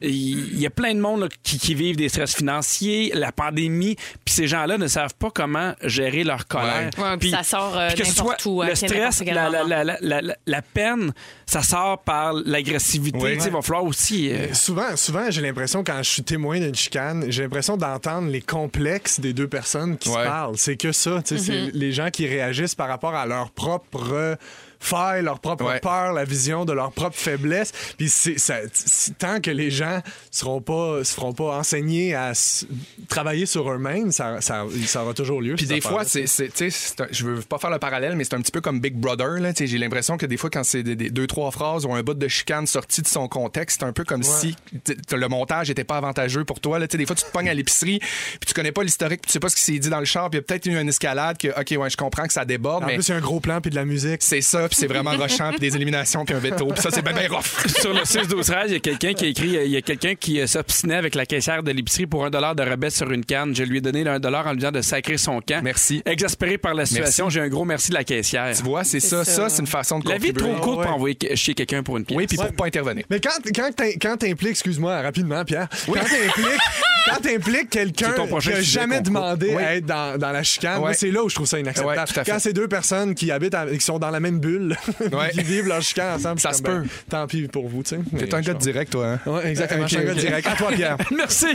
il y a plein de monde là, qui, qui vivent des stress financiers, la pandémie, puis ces gens-là ne savent pas comment gérer leur colère.
Ouais. Ouais, puis ça sort, euh,
puis que ce soit
n'importe où, à
le
quel- n'importe
stress,
quel
la, la-
moment.
la- la- la- la peine, ça sort par l'agressivité.
Oui.
Tu sais, Il va falloir aussi. euh,
Souvent, souvent j'ai l'impression, quand je suis témoin d'une chicane, j'ai l'impression d'entendre les complexes des deux personnes qui
Ouais.
se parlent. C'est que ça, tu sais, c'est les gens qui réagissent par rapport à leur propre faire leur propre
Ouais.
peur, la vision de leur propre faiblesse. Puis c'est- ça- si- tant que les gens seront pas, se feront pas enseigner à s- travailler sur eux-mêmes, ça, ça, ça aura toujours lieu.
Puis
cette
des fois,
affaire-là.
c'est, c'est- tu sais, c'est un- je veux pas faire le parallèle, mais c'est un petit peu comme Big Brother. Là, tu sais, j'ai l'impression que des fois, quand c'est des, des- deux, trois phrases ou un bout de chicane sorti de son contexte, c'est un peu comme si t- t- le montage était pas avantageux pour toi. Là, Tu sais, des fois, tu te pognes à l'épicerie, puis tu connais pas l'historique, puis tu sais pas ce qui s'est dit dans le char, puis il y a peut-être eu une escalade que, OK, ouais, je comprends que ça déborde,
En
mais
plus, il y a un gros plan puis de la musique.
c'est ça, puis c'est vraiment rochant, puis des éliminations, puis un veto, puis ça, c'est ben, ben rough.
Sur le 6 12 13 il y a quelqu'un qui a écrit il y a quelqu'un qui euh, s'obstinait avec la caissière de l'épicerie pour un dollar de rabais sur une canne. Je lui ai donné le 1 dollar en lui disant de sacrer son camp.
Merci.
Exaspéré par la situation, j'ai un gros merci de la caissière.
Tu vois, c'est, ça, ça.
ça.
c'est une façon de
La vie est trop
contribuer.
courte
Ah ouais.
pour envoyer que- chier quelqu'un pour une pièce.
Oui, puis pour pas intervenir.
Mais quand, quand, t'in- quand t'impliques, excuse-moi rapidement, Pierre, quand t'impliques, quand t'impliques quelqu'un
C'est ton prochain
qui a
sujet
jamais
qu'on coupe.
demandé
Oui.
à être dans, dans la chicane, moi,
Ouais.
c'est là où je trouve ça inacceptable.
Ouais, tout à fait.
quand c'est deux personnes qui habitent, à- qui sont dans la même bulle,
Ouais.
qui vivent leur chicane ensemble,
Ça
je suis
se
comme,
peut.
ben, Tant pis pour vous, tu sais.
T'es un gars de direct, toi. Hein?
Ouais, exactement. je suis
Ok,
un gars de
ok.
direct. À toi, Pierre.
Merci.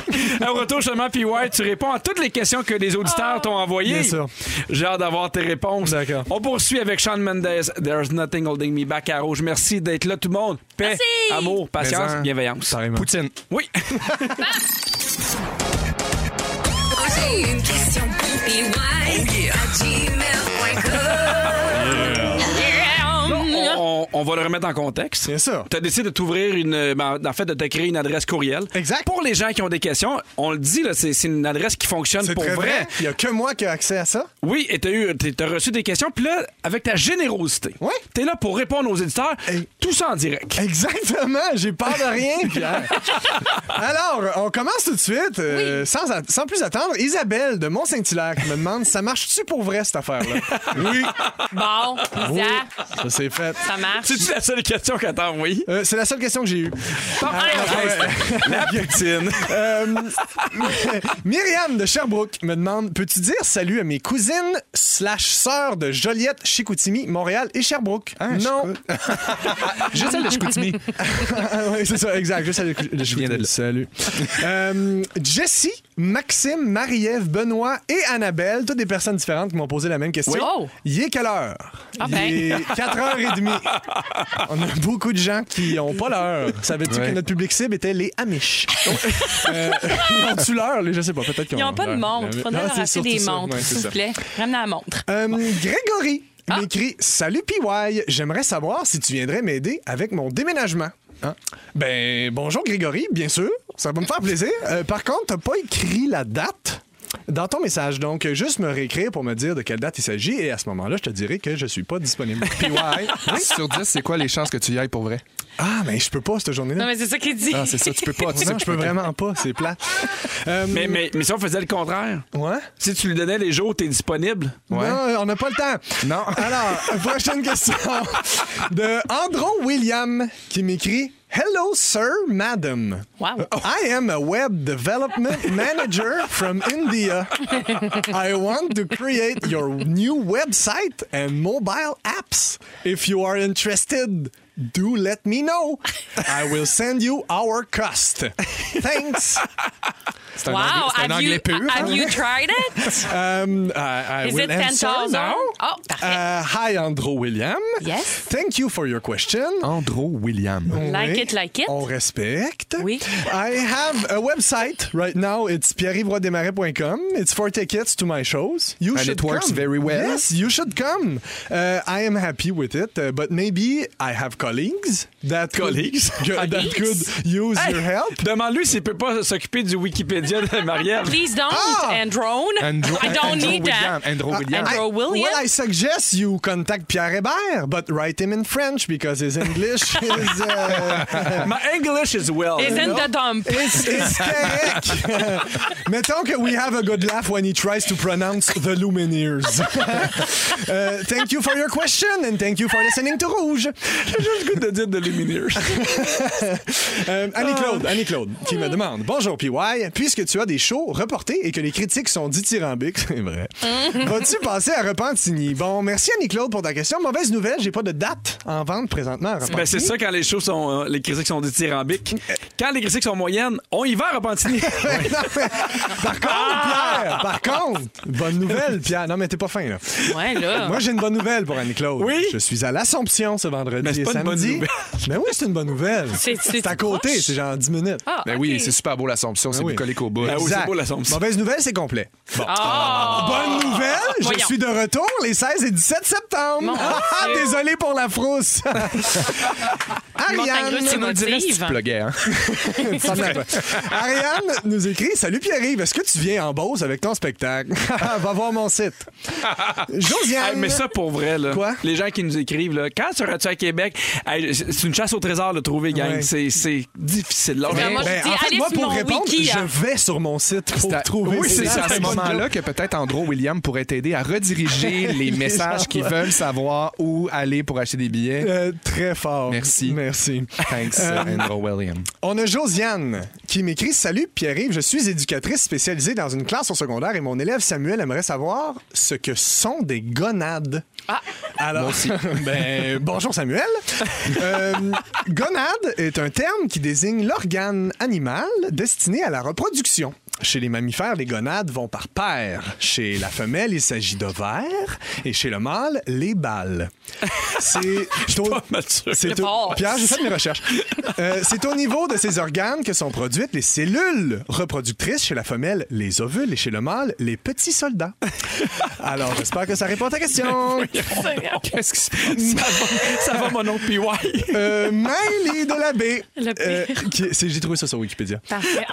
Au retour, justement, puis ouais, tu réponds à toutes les questions que les auditeurs t'ont envoyées.
Ah. Bien sûr.
J'ai hâte d'avoir tes réponses.
D'accord.
On poursuit avec Sean Mendes. There's nothing holding me back à rouge. Merci d'être là, tout le monde. Paix, amour, patience,
Mais en-
bienveillance.
Pareillement.
Poutine.
Oui.
J'ai une question pour
on, on va le remettre en contexte.
Bien sûr.
Tu as décidé de t'ouvrir une. ben, en fait, de te créer une adresse courriel.
Exact.
Pour les gens qui ont des questions, on le dit, là, c'est c'est une adresse qui fonctionne
C'est
pour
très
vrai.
vrai. Il n'y a que moi qui ai accès à ça.
Oui, et t'as eu, t'as- t'as reçu des questions, puis là, avec ta générosité,
Ouais.
t'es là pour répondre aux éditeurs,
Hey.
tout ça en direct.
Exactement, j'ai peur de rien, Pierre. Alors, on commence tout de suite, euh, sans, a- sans plus attendre. Isabelle de Mont-Saint-Hilaire qui me demande ça marche-tu pour vrai cette affaire-là Oui,
Bon,
Ah
oui,
Isa,
ça c'est fait.
ça marche.
C'est-tu la seule question qu'on t'a envoyée?
Euh, c'est la seule question que j'ai eue. Ah, La poutine. Euh, Myriam de Sherbrooke me demande Peux-tu dire salut à mes cousines slash sœurs de Joliette, Chicoutimi, Montréal et Sherbrooke Non.
Ah, Juste celle de Chicoutimi.
Ah, ouais, c'est ça, exact. Juste aller coucher. Je viens de Salut. Euh, Jessie, Maxime, Marie-Ève, Benoît et Annabelle, toutes des personnes différentes qui m'ont posé la même question.
Oui. Oh.
Il est quelle heure?
Ah
Il
ben.
est 4h30. On a beaucoup de gens qui n'ont pas l'heure. Savais-tu
Ouais.
que notre public cible était les Amish? Euh, Ils ont-tu l'heure? les- Je sais pas, peut-être qu'ils
Ils
ont
n'ont pas de
l'heure.
montre.
Non,
Faudrait
Ah, c'est
leur acheter
surtout
des
ça.
montres,
Ouais, c'est
s'il vous
ça.
plaît. Ramène la montre.
Euh, Grégory m'écrit Salut PY, j'aimerais savoir si tu viendrais m'aider avec mon déménagement. Hein? Ben, bonjour Grégory, bien sûr, ça va me faire plaisir. Euh, par contre, t'as pas écrit la date dans ton message, donc euh, juste me réécrire pour me dire de quelle date il s'agit et à ce moment-là, je te dirai que je suis pas disponible. PY, oui?
Sur 10, c'est quoi les chances que tu y ailles pour vrai?
Ah, mais je peux pas cette journée-là.
Non, mais c'est ça qu'il dit.
Ah, c'est ça, tu peux pas. Tu sais
Non,
que
je peux vraiment pas, c'est plat.
Mais, mais, mais si on faisait le contraire,
Ouais?
si tu lui donnais les jours où t'es disponible,
Non, on n'a pas le temps.
Non.
Alors, prochaine question de Andron William qui m'écrit Hello, sir, madam. Oh.
Wow.
I am a web development manager from India. I want to create your new website and mobile apps. If you are interested, do let me know. I will send you our cost. Thanks.
c'est un
Wow,
anglais, c'est un
have,
anglais
you,
pur. hein?
have you tried it?
Um, I, I
Is
will
it
answer
10,000?
now.
Oh, parfait.
Uh, hi, Andrew William.
Yes.
Thank you for your question.
Andro William.
Like
Oui.
it, like it.
On respecte.
Oui.
I have a website right now. It's pierrevroidesmarais.com. It's for tickets to my shows. You
And
should
it works
come.
very well.
Yes, you should come. Uh, I am happy with it, uh, but maybe I have colleagues that
Colleagues?
could, that could use your help.
demande-lui s'il peut pas s'occuper du Wikipédia de Marielle.
Please don't,
Ah!
Androne.
Andro,
I don't
Andro
need
William.
that.
Andro William.
Andro- Bro, will ya?
Well, I suggest you contact Pierre Hébert, but write him in French because his English is, uh,
My English is well.
Isn't the dump.
is, is correct. Mettons que we have a good laugh when he tries to pronounce the Lumineers. Uh, thank you for your question and thank you for listening to Rouge.
J'ai le goût de dire de lumineuse. Ah.
Euh, Annie-Claude, Annie-Claude, qui me demande Bonjour PY, puisque que tu as des shows reportés et que les critiques sont dithyrambiques, c'est vrai,
Mm.
vas-tu passer à Repentigny? Bon, merci Annie-Claude pour ta question. Mauvaise nouvelle, j'ai pas de date en vente présentement à Repentigny.
Ben, c'est ça quand les shows sont, euh, les critiques sont dithyrambiques. Quand les critiques sont moyennes, on y va à Repentigny.
Non, mais- par contre,
Ah!
Pierre, par contre, bonne nouvelle, Pierre. Non, mais t'es pas fin, là.
Ouais, là.
Moi, j'ai une bonne nouvelle pour Annie-Claude.
Ah. Oui?
Je suis à l'Assomption ce vendredi
Mais c'est
et
pas une bonne
samedi.
nouvelle.
Mais oui, c'est une bonne nouvelle.
C'est- c'est
à côté,
proche.
c'est genre 10 minutes.
Ah,
Ben oui,
ok.
c'est super beau l'Assomption, c'est
oui.
bucolique au bout.
Ben Ah oui, c'est
Exact.
beau, l'Assomption.
Mauvaise nouvelle, c'est complet. Bon.
Ah!
Bonne nouvelle, je
Voyons.
suis de retour les 16 et 17 septembre.
Mon
Ah,
Dieu.
Désolé pour la frousse.
Montagne
Ariane,
russe
tu nous dirais
émotive.
Pluguais, hein?
Ça me plaît pas. Ariane nous écrit Salut Pierre-Yves, est-ce que tu viens en Beauce avec ton spectacle Ah, Va voir mon site. Josiane.
Ah,
Hey, Ah, mais ça, pour vrai, là,
Quoi?
les gens qui nous écrivent, là, quand seras-tu à Québec? Hey, c'est une chasse au trésor de trouver, gang.
Ouais.
C'est- C'est difficile. Là,
Ben, moi, je
Ben,
dis,
en fait,
allez
moi,
sur
pour
mon
répondre,
wiki,
je
hein.
vais sur mon site pour
C'est à-
trouver
oui,
ces
c'est
dates.
à ce
Bonne
moment-là
joke.
que peut-être Andro William pourrait t'aider à rediriger les messages qui veulent savoir où aller pour acheter des billets.
Euh, très fort.
Merci.
Merci.
Thanks, euh, Andro William.
On a Josiane qui m'écrit Salut Pierre-Yves, je suis éducatrice spécialisée dans une classe au secondaire et mon élève Samuel aimerait savoir ce que sont des gonades. Ah, alors. ben, bonjour Samuel. Euh, gonade est un terme qui désigne l'organe animal destiné à la reproduction. Chez les mammifères, les gonades vont par paires. Chez la femelle, il s'agit d'ovaires et chez le mâle, les balles. C'est
pas mature.
c'est
Le
au...
porc.
Pierre, Ah, j'ai fait mes recherches. Euh, c'est au niveau de ces organes que sont produites les cellules reproductrices chez la femelle, les ovules et chez le mâle, les petits soldats. Alors, j'espère que ça répond à ta question.
Qu'est-ce qui se passe? Ça va, ça va, mon oncle PY.
Euh, Maëlie de la Baie.
Le pire. Ah,
Euh, qui- c'est- J'ai trouvé ça sur Wikipédia.
Parfait.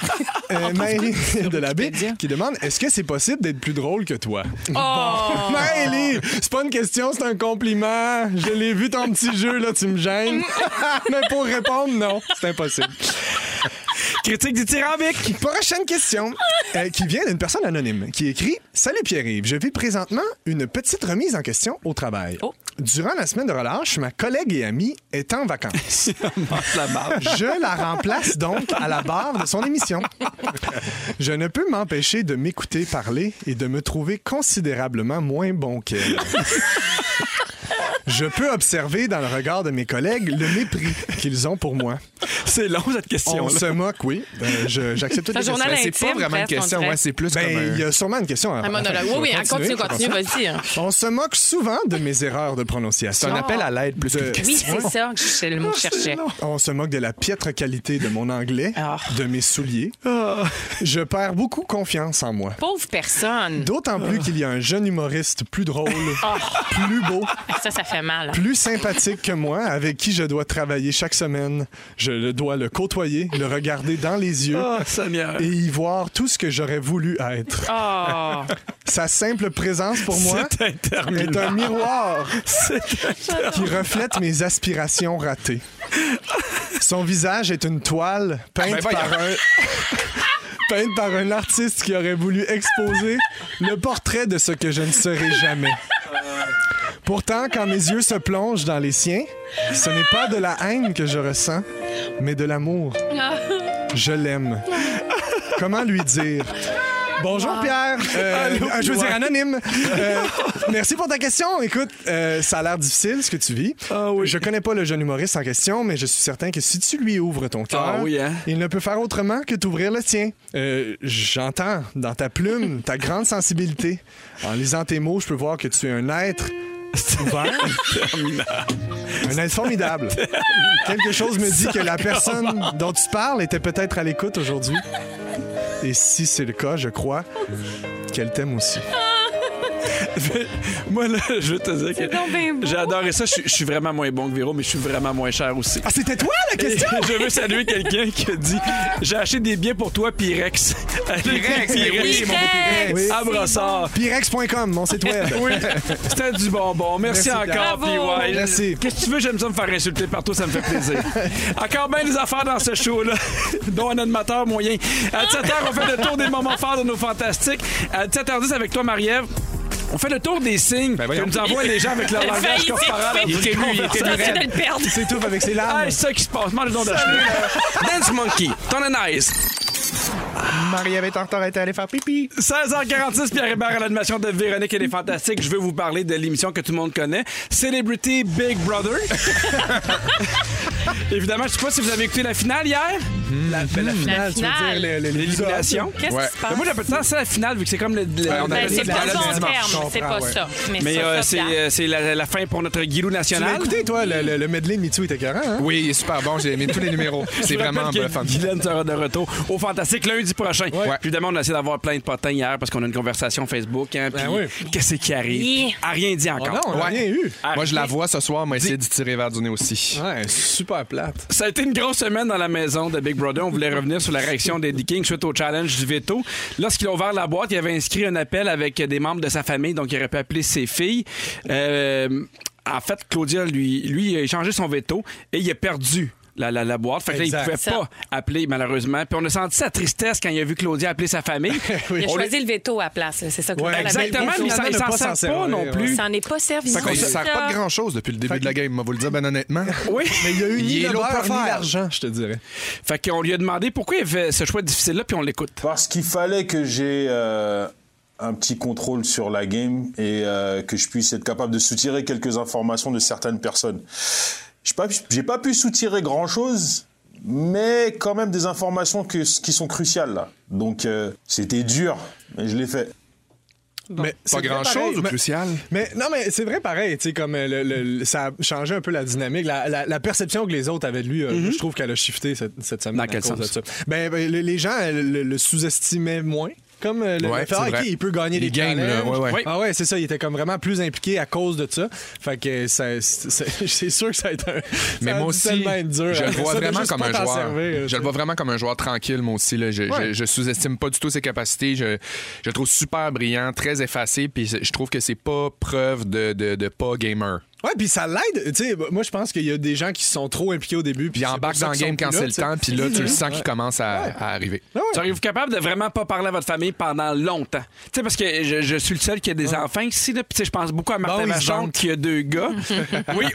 Euh, Maëlie de la Baie qui demande Est-ce que c'est possible d'être plus drôle que toi
Oh!
Maëlie, c'est pas une question, c'est un compliment. Je l'ai vu ton petit jeu, là, tu me
Mm.
gênes. Mais pour répondre, non, c'est impossible.
Critique dithyrambique.
Prochaine question euh, qui vient d'une personne anonyme qui écrit Salut Pierre-Yves, je vis présentement une petite remise en question au travail.
Oh.
Durant la semaine de relâche, ma collègue et amie est en vacances.
La marge.
Je la remplace donc à la barre de son émission. Je ne peux m'empêcher de m'écouter parler et de me trouver considérablement moins bon qu'elle. Je peux observer dans le regard de mes collègues le mépris qu'ils ont pour moi.
C'est long, cette
On
question-là.
se moque, oui. Ben, je- J'accepte toutes
C'est un
les questions.
journal
C'est pas
intime,
vraiment une
presque, on
question,
dirait.
ouais, c'est plus
Ben,
comme un-
il y a sûrement une question. à-
Un monologue. Oui, oui, hein,
Continuez,
continue, continue,
continue.
vas-y. hein.
On se moque souvent de mes erreurs de
C'est
prononciation.
un appel à l'aide plus
De-
qu'une question.
Oui, c'est ça que je-
Ah,
le mot que je cherchais.
On se moque de la piètre qualité de mon anglais,
Ah.
de mes souliers. Je perds beaucoup confiance en moi.
Pauvre personne.
D'autant
Ah.
plus qu'il y a un jeune humoriste plus drôle, plus beau,
Ça, ça fait mal. hein.
plus sympathique que moi, avec qui je dois travailler chaque semaine. Je le- dois le côtoyer, le regarder dans les yeux
Ah.
Oh, Seigneur.
et y voir tout ce que j'aurais voulu être.
Oh,
Sa simple présence pour moi
C'est interminable.
est un miroir
C'est-
qui reflète mes aspirations ratées. Son visage est une toile peinte
Ben,
par un peinte par un artiste qui aurait voulu exposer le portrait de ce que je ne serai jamais. Pourtant, quand mes yeux se plongent dans les siens, ce n'est pas de la haine que je ressens, mais de l'amour. Je l'aime. Comment lui dire Bonjour Pierre, Euh, euh, je veux dire anonyme. Euh, merci pour ta question. Écoute, euh, ça a l'air difficile ce que tu vis. Je connais pas le jeune humoriste en question, mais je suis certain que si tu lui ouvres ton cœur,
Ah oui, hein?
il ne peut faire autrement que t'ouvrir le tien. Euh, J'entends dans ta plume ta grande sensibilité. En lisant tes mots, je peux voir que tu es un être ouvert. un être formidable. Quelque chose me dit que la personne dont tu parles était peut-être à l'écoute aujourd'hui. Et si c'est le cas, je crois qu'elle t'aime aussi.
Moi, là, je veux te dire
donc bien beau.
que j'ai adoré ça. Je suis- je suis vraiment moins bon que Véro, mais je suis vraiment moins cher aussi.
Ah, c'était toi la
Et
question?
Je veux saluer quelqu'un qui a dit J'ai acheté des billets pour toi, Pyrex. Pyrex,
oui, mon
Pyrex.
Oui.
À Brossard.
Pyrex.com, mon site web.
Oui, c'était du bonbon. Merci,
Merci,
encore,
Bravo.
PY.
Merci.
Qu'est-ce que tu veux? J'aime ça me faire insulter partout, ça me fait plaisir. encore bien des affaires dans ce show-là, dont un animateur moyen. À 17h, on fait le tour des moments forts de nos fantastiques. À 17h10, avec toi, Marie-Ève. On fait le tour des signes
Ben
voyons.
que nous envoient les gens avec leur
Elle
langage
faillit
corporel.
s'étouffer.
Entre nous,
je
raide.
de le perdre.
C'est tout avec ses larmes.
Ah, c'est ça qui se passe. Mange le don de la chenille. Dance Monkey, t'en as nice.
Marie-Ève était allée faire pipi.
16h46, Pierre Hébert à l'animation de Véronique et les Fantastiques. Je veux vous parler de l'émission que tout le monde connaît, Celebrity Big Brother. Évidemment, je sais pas si vous avez écouté la finale hier.
La, ben, la finale, tu veux
finale.
dire le- le-
L'élimination.
Qu'est-ce
Ouais.
qui se passe?
Mais Ben, Moi, j'appelle ça ça la finale, vu que c'est comme le. le-
on
Ben,
appelle
c'est
ça
pas
la
le
finale
bon
du
dimanche,
terme,
je
c'est pas
comprends, ouais.
ça. Mais,
Mais
ça,
euh,
ça,
c'est
Pierre.
euh, c'est la, la fin pour notre guilou
Tu l'as
national.
écouté, toi, le, le, le medley MeToo était carré, hein?
Oui, il est super bon. J'ai aimé tous les numéros. C'est
Je vous
vraiment
rappelle que
bluffant.
Guylaine sera de retour au Fantastique lundi prochain.
Ouais.
Puis évidemment, on a essayé d'avoir plein de potins hier parce qu'on a une conversation Facebook. Hein, puis
Ben oui. Oh
qu'est-ce qui arrive?
Yeah.
A rien dit encore.
non, Ah, on a
Ouais.
rien eu.
Moi, je la vois ce soir, m'a essayé d'y tirer vers du nez aussi.
Ouais, super plate.
Ça a été une grosse semaine dans la maison de Big Brother. On voulait revenir sur la réaction des Vikings suite au challenge du veto. Lorsqu'il a ouvert la boîte, il avait inscrit un appel avec des membres de sa famille, donc il aurait pu appeler ses filles. Euh, en fait, Claudia, lui, lui, il a échangé son veto et il a perdu. La, la, la boîte. Fait que là, il
Exact.
pouvait
Ça.
pas appeler, malheureusement. Puis on a senti sa tristesse quand il a vu Claudia appeler sa famille.
Il a
On
choisi le veto à la place, là, c'est ça que
Ouais,
je parle avec
Exactement,
vous.
mais il
Finalement,
s'en- il
ne pas
s'en
s'en
sert pas non
servir,
plus.
Ça n'en est pas servi.
Fait qu'on se sert pas de grand-chose depuis le début de la game, moi, vous le dire ben honnêtement.
Oui.
Mais il y a eu
Il
ni
est là
l'honneur
pour
ni
faire.
l'argent, je te dirais.
Fait qu'on lui a demandé pourquoi il fait ce choix difficile-là, puis on l'écoute.
Parce qu'il fallait que j'ai euh, un petit contrôle sur la game et euh, que je puisse être capable de soutirer quelques informations de certaines personnes. Je n'ai pas, pu- j'ai pas pu soutirer grand-chose, mais quand même des informations que- qui sont cruciales. Là. Donc euh, c'était dur, mais je l'ai fait.
Mais c'est
Pas
vrai
grand-chose
pareil,
au
mais-
crucial.
Mais non, mais c'est vrai pareil, tu sais, comme euh, le- le- le- ça a changé un peu la dynamique, la, la- la perception que les autres avaient de lui, euh,
Mm-hmm.
je trouve qu'elle a shifté cette, cette semaine.
Dans
à
quel
cause
sens?
de ça. Ben, ben, le- les gens euh, le, le sous-estimaient moins. Comme euh, le
Ouais,
le fait,
c'est
Ah, ok,
vrai.
il peut gagner
Les
des
games, là,
challenges.
ouais, ouais.
Ah ouais, c'est ça, il était comme vraiment plus impliqué à cause de ça. Fait que euh, ça- c'est c'est- c'est sûr que ça a été un.
Mais moi
ça a dû
aussi,
tellement être dur. hein.
je le vois
Ça, de
vraiment
juste
comme
pas
un
t'en
joueur.
servir.
je le vois vraiment comme un joueur tranquille, moi aussi. là. Je, je-
Ouais.
je sous-estime pas du tout ses capacités. Je, je le trouve super brillant, très effacé, puis je trouve que c'est pas preuve de, de, de pas gamer.
Ouais, puis ça l'aide. Tu sais, moi, je pense qu'il y a des gens qui se sont trop impliqués au début.
Puis il embarque dans le game quand c'est le temps, puis là, tu le sens qu'il commence à, à arriver.
Seriez-vous capable de vraiment pas parler à votre famille pendant longtemps? Tu sais, parce que je, je suis le seul qui a des enfants ici. Là, puis tu sais, je pense beaucoup à
Bah
Martin
Bon, ils se
Vachon
vantent.
qui a deux gars. oui.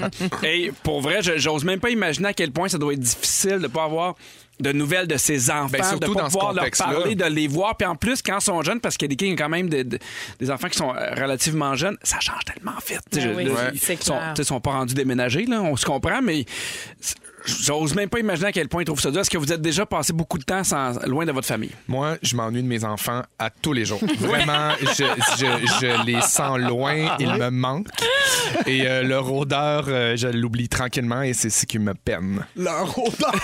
Et pour vrai, je- j'ose même pas imaginer à quel point ça doit être difficile de pas avoir de nouvelles de ses enfants,
Ben, surtout
de pas
dans ce
pouvoir leur
contexte-là.
parler, de les voir. Puis en plus, quand ils sont jeunes, parce qu'il y a des kings quand même des- des- des enfants qui sont euh, relativement jeunes, ça change tellement vite. Tu sais,
Ben
je-
oui,
là,
Ouais.
ils
c'est
sont,
clair.
tu sais, sont pas rendus déménager, là, on se comprend, mais c'est- j'ose même pas imaginer à quel point ils trouvent ça dur. Est-ce que vous êtes déjà passé beaucoup de temps sans, loin de votre famille?
Moi, je m'ennuie de mes enfants à tous les jours. Vraiment, je, je- je les sens
Ah
loin, ils me manquent. Et euh, leur odeur, euh, je l'oublie tranquillement et c'est ce qui me peine.
Leur odeur.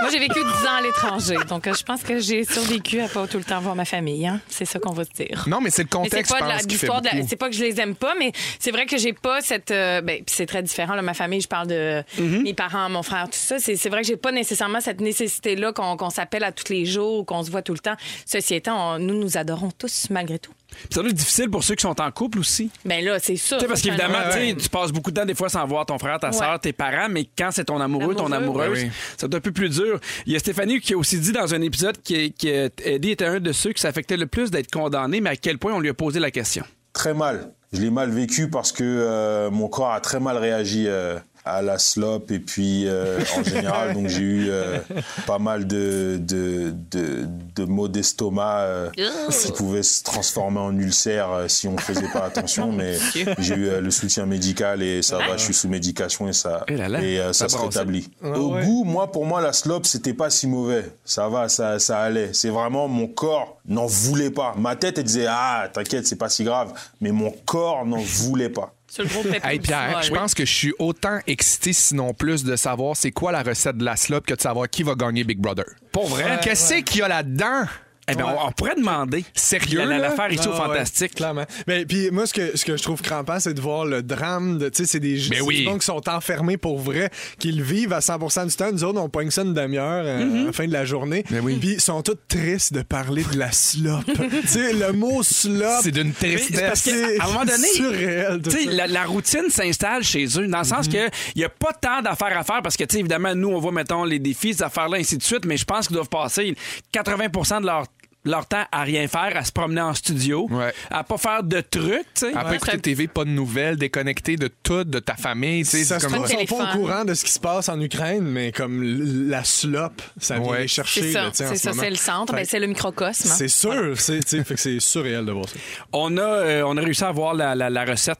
Moi, j'ai vécu 10 ans à l'étranger, donc euh, je pense que j'ai survécu à pas tout le temps voir ma famille. hein. C'est ça qu'on va se dire.
Non, mais c'est le
Mais c'est
contexte,
pas de
je
la-
pense, qui fait
l'histoire de la-
beaucoup.
c'est pas que je les aime pas, mais c'est vrai que j'ai pas cette. euh, ben, puis c'est très différent. là, ma famille, je parle de mes parents, mon frère, tout ça. C'est c'est vrai que j'ai pas nécessairement cette nécessité-là qu'on qu'on s'appelle à tous les jours ou qu'on se voit tout le temps. Ceci étant, on- nous nous adorons tous malgré tout.
Puis ça doit être difficile pour ceux qui sont en couple aussi.
Ben là, c'est sûr.
Tu sais, parce
ça, c'est un
qu'évidemment,
autre-
tu sais, tu passes beaucoup de temps des fois sans voir ton frère, ta
Ouais.
soeur, tes parents, mais quand c'est ton amoureux, ton
Amoureux.
amoureuse,
Ben oui.
ça doit être un peu plus dur. Il y a Stéphanie qui a aussi dit dans un épisode que que Eddie était un de ceux qui s'affectait le plus d'être condamné, mais à quel point on lui a posé la question.
très mal. Je l'ai mal vécu parce que euh, mon corps a très mal réagi euh, à la slop et puis euh, en général. donc j'ai eu euh, pas mal de, de, de, de maux d'estomac euh, qui pouvaient se transformer en ulcères euh, si on ne faisait pas attention. Mais j'ai eu euh, le soutien médical et ça va, je suis sous médication et ça,
Eh là là,
et, euh,
ça
ça se
brasse.
rétablit. Au goût, moi, pour moi, la slop, c'était pas si mauvais. Ça va, ça, ça allait. C'est vraiment mon corps n'en voulait pas. Ma tête, elle disait, ah, t'inquiète, c'est pas si grave. Mais mon corps n'en voulait pas.
Sur le gros pépin
Hey
du
Pierre,
sol.
je pense que je suis autant excité, sinon plus, de savoir c'est quoi la recette de la slop que de savoir qui va gagner Big Brother. Euh,
Pour vrai?
Qu'est-ce qu'il y a là-dedans?
Eh ben, on, on pourrait demander.
Sérieux,
La- la-
là?
L'affaire ici au
Ah,
Fantastique.
ouais, clairement. Mais puis moi, ce que, ce que je trouve crampant, c'est de voir le drame de. Tu sais, c'est des
Mais
c'est
Ben oui.
des gens qui sont enfermés pour vrai, qu'ils vivent à 100 du temps. Nous autres, on pogne ça une demi-heure euh,
Mm-hmm.
à la fin de la journée.
Ben
Puis ils sont tous tristes de parler de la slop. tu sais, le mot slop.
C'est d'une
Mais c'est parce
tristesse.
que, à un moment donné,
surréel, tout
tu sais,
ça.
la, la routine s'installe chez eux, dans le sens que il n'y a pas tant d'affaires à faire parce que, tu sais, évidemment, nous, on voit, mettons, les défis, ces affaires-là, ainsi de suite, mais je pense qu'ils doivent passer 80 de leur leur temps à rien faire, à se promener en studio,
Ouais. Ah.
à pas faire de trucs, tu sais.
Après écouter TV, pas de nouvelles, déconnecté de tout, de ta famille. tu sais,
Ça
c'est
se
comme
trouve, ils sont
téléphone.
pas au courant de ce qui se passe en Ukraine, mais comme l- la slope, ça vient
Ouais.
les chercher.
C'est
là,
ça,
tu sais, en
c'est
ce
ça,
moment.
c'est le centre,
Fait
ben,
que
c'est le microcosme. hein.
C'est sûr, c'est tu sais, fait que c'est surréel de voir ça.
On a, euh, on a réussi à avoir la, la- la recette.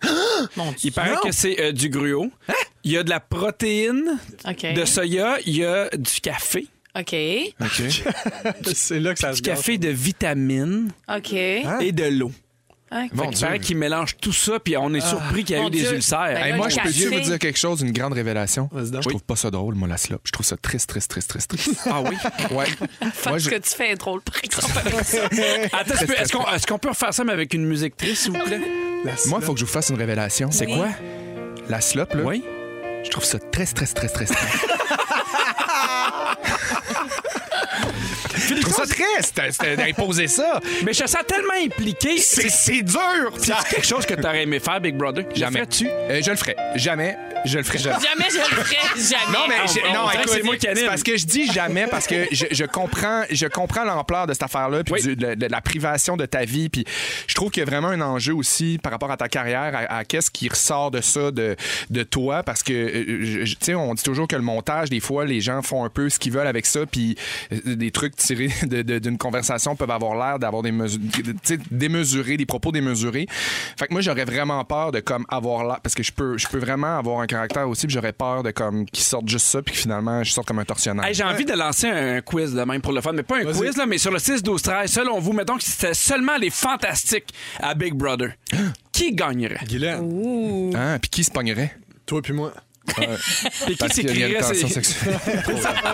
Il paraît
Non.
que c'est euh, du gruau. Il y a de la protéine
OK.
de soya, il y a du café,
OK.
c'est là que ça se
du
gâte.
café de vitamines
OK.
Hein?
et de l'eau.
OK.
Fait qu'il paraît qu'il mélange tout ça, puis on est
Ah.
surpris qu'il y a
Mon
eu des
Dieu.
ulcères.
Ben
Hey,
là,
moi,
le
je peux-tu
café.
vous dire quelque chose, une grande révélation?
Vas-y donc.
Je trouve pas ça drôle, moi, la slop. Je trouve ça triste, triste, triste, triste, triste. Ah oui? Ouais.
Faire
Moi,
ce
je-
que tu fais est drôle, par exemple, avec ça.
Attends, est-ce que- est-ce qu'on est-ce qu'on peut refaire ça, mais avec une musique triste, s'il vous plaît?
Moi, il faut que je vous fasse une révélation. C'est
Oui.
quoi? La slop, là,
Oui?
je trouve ça très, très, très, très, très. Je trouve ça triste c'était d'imposer ça.
Mais je te sens tellement impliqué.
C'est- C'est dur.
C'est quelque chose que t'aurais aimé faire, Big Brother.
Jamais.
tu
Euh, je le ferai. Jamais. Je le ferai jamais.
Jamais je le ferais, jamais.
Non, mais
on-
j'ai-
on
non,
dirait que
écoute,
Ah, c'est moi qui anime.
c'est parce que je dis jamais parce que je, je comprends, je comprends l'ampleur de cette affaire-là, puis
Oui.
du- de, de la privation de ta vie, puis je trouve qu'il y a vraiment un enjeu aussi par rapport à ta carrière, à, à qu'est-ce qui ressort de ça, de, de toi, parce que euh, je- je- tu sais, on dit toujours que le montage, des fois, les gens font un peu ce qu'ils veulent avec ça, puis euh, des trucs tirés de- de- d'une conversation peuvent avoir l'air d'avoir des mesu- tu sais, démesurés, des propos démesurés. Fait que moi, j'aurais vraiment peur de comme avoir l'air, parce que je peux, je peux vraiment avoir un caractère aussi, puis j'aurais peur de comme qu'ils sortent juste ça, puis que finalement, je sorte comme un tortionnaire.
Hey, J'ai envie de lancer un quiz de même pour le fun, mais pas un quiz, là, mais sur le 6-12-13, selon vous, mettons que c'était seulement les fantastiques à Big Brother.
Ah!
qui gagnerait?
Guylaine,
Hein? Puis qui se pognerait?
toi puis moi.
Puis qui
Parce qu'il y a
s'écrirait?
une tension
c'est-
sexuelle.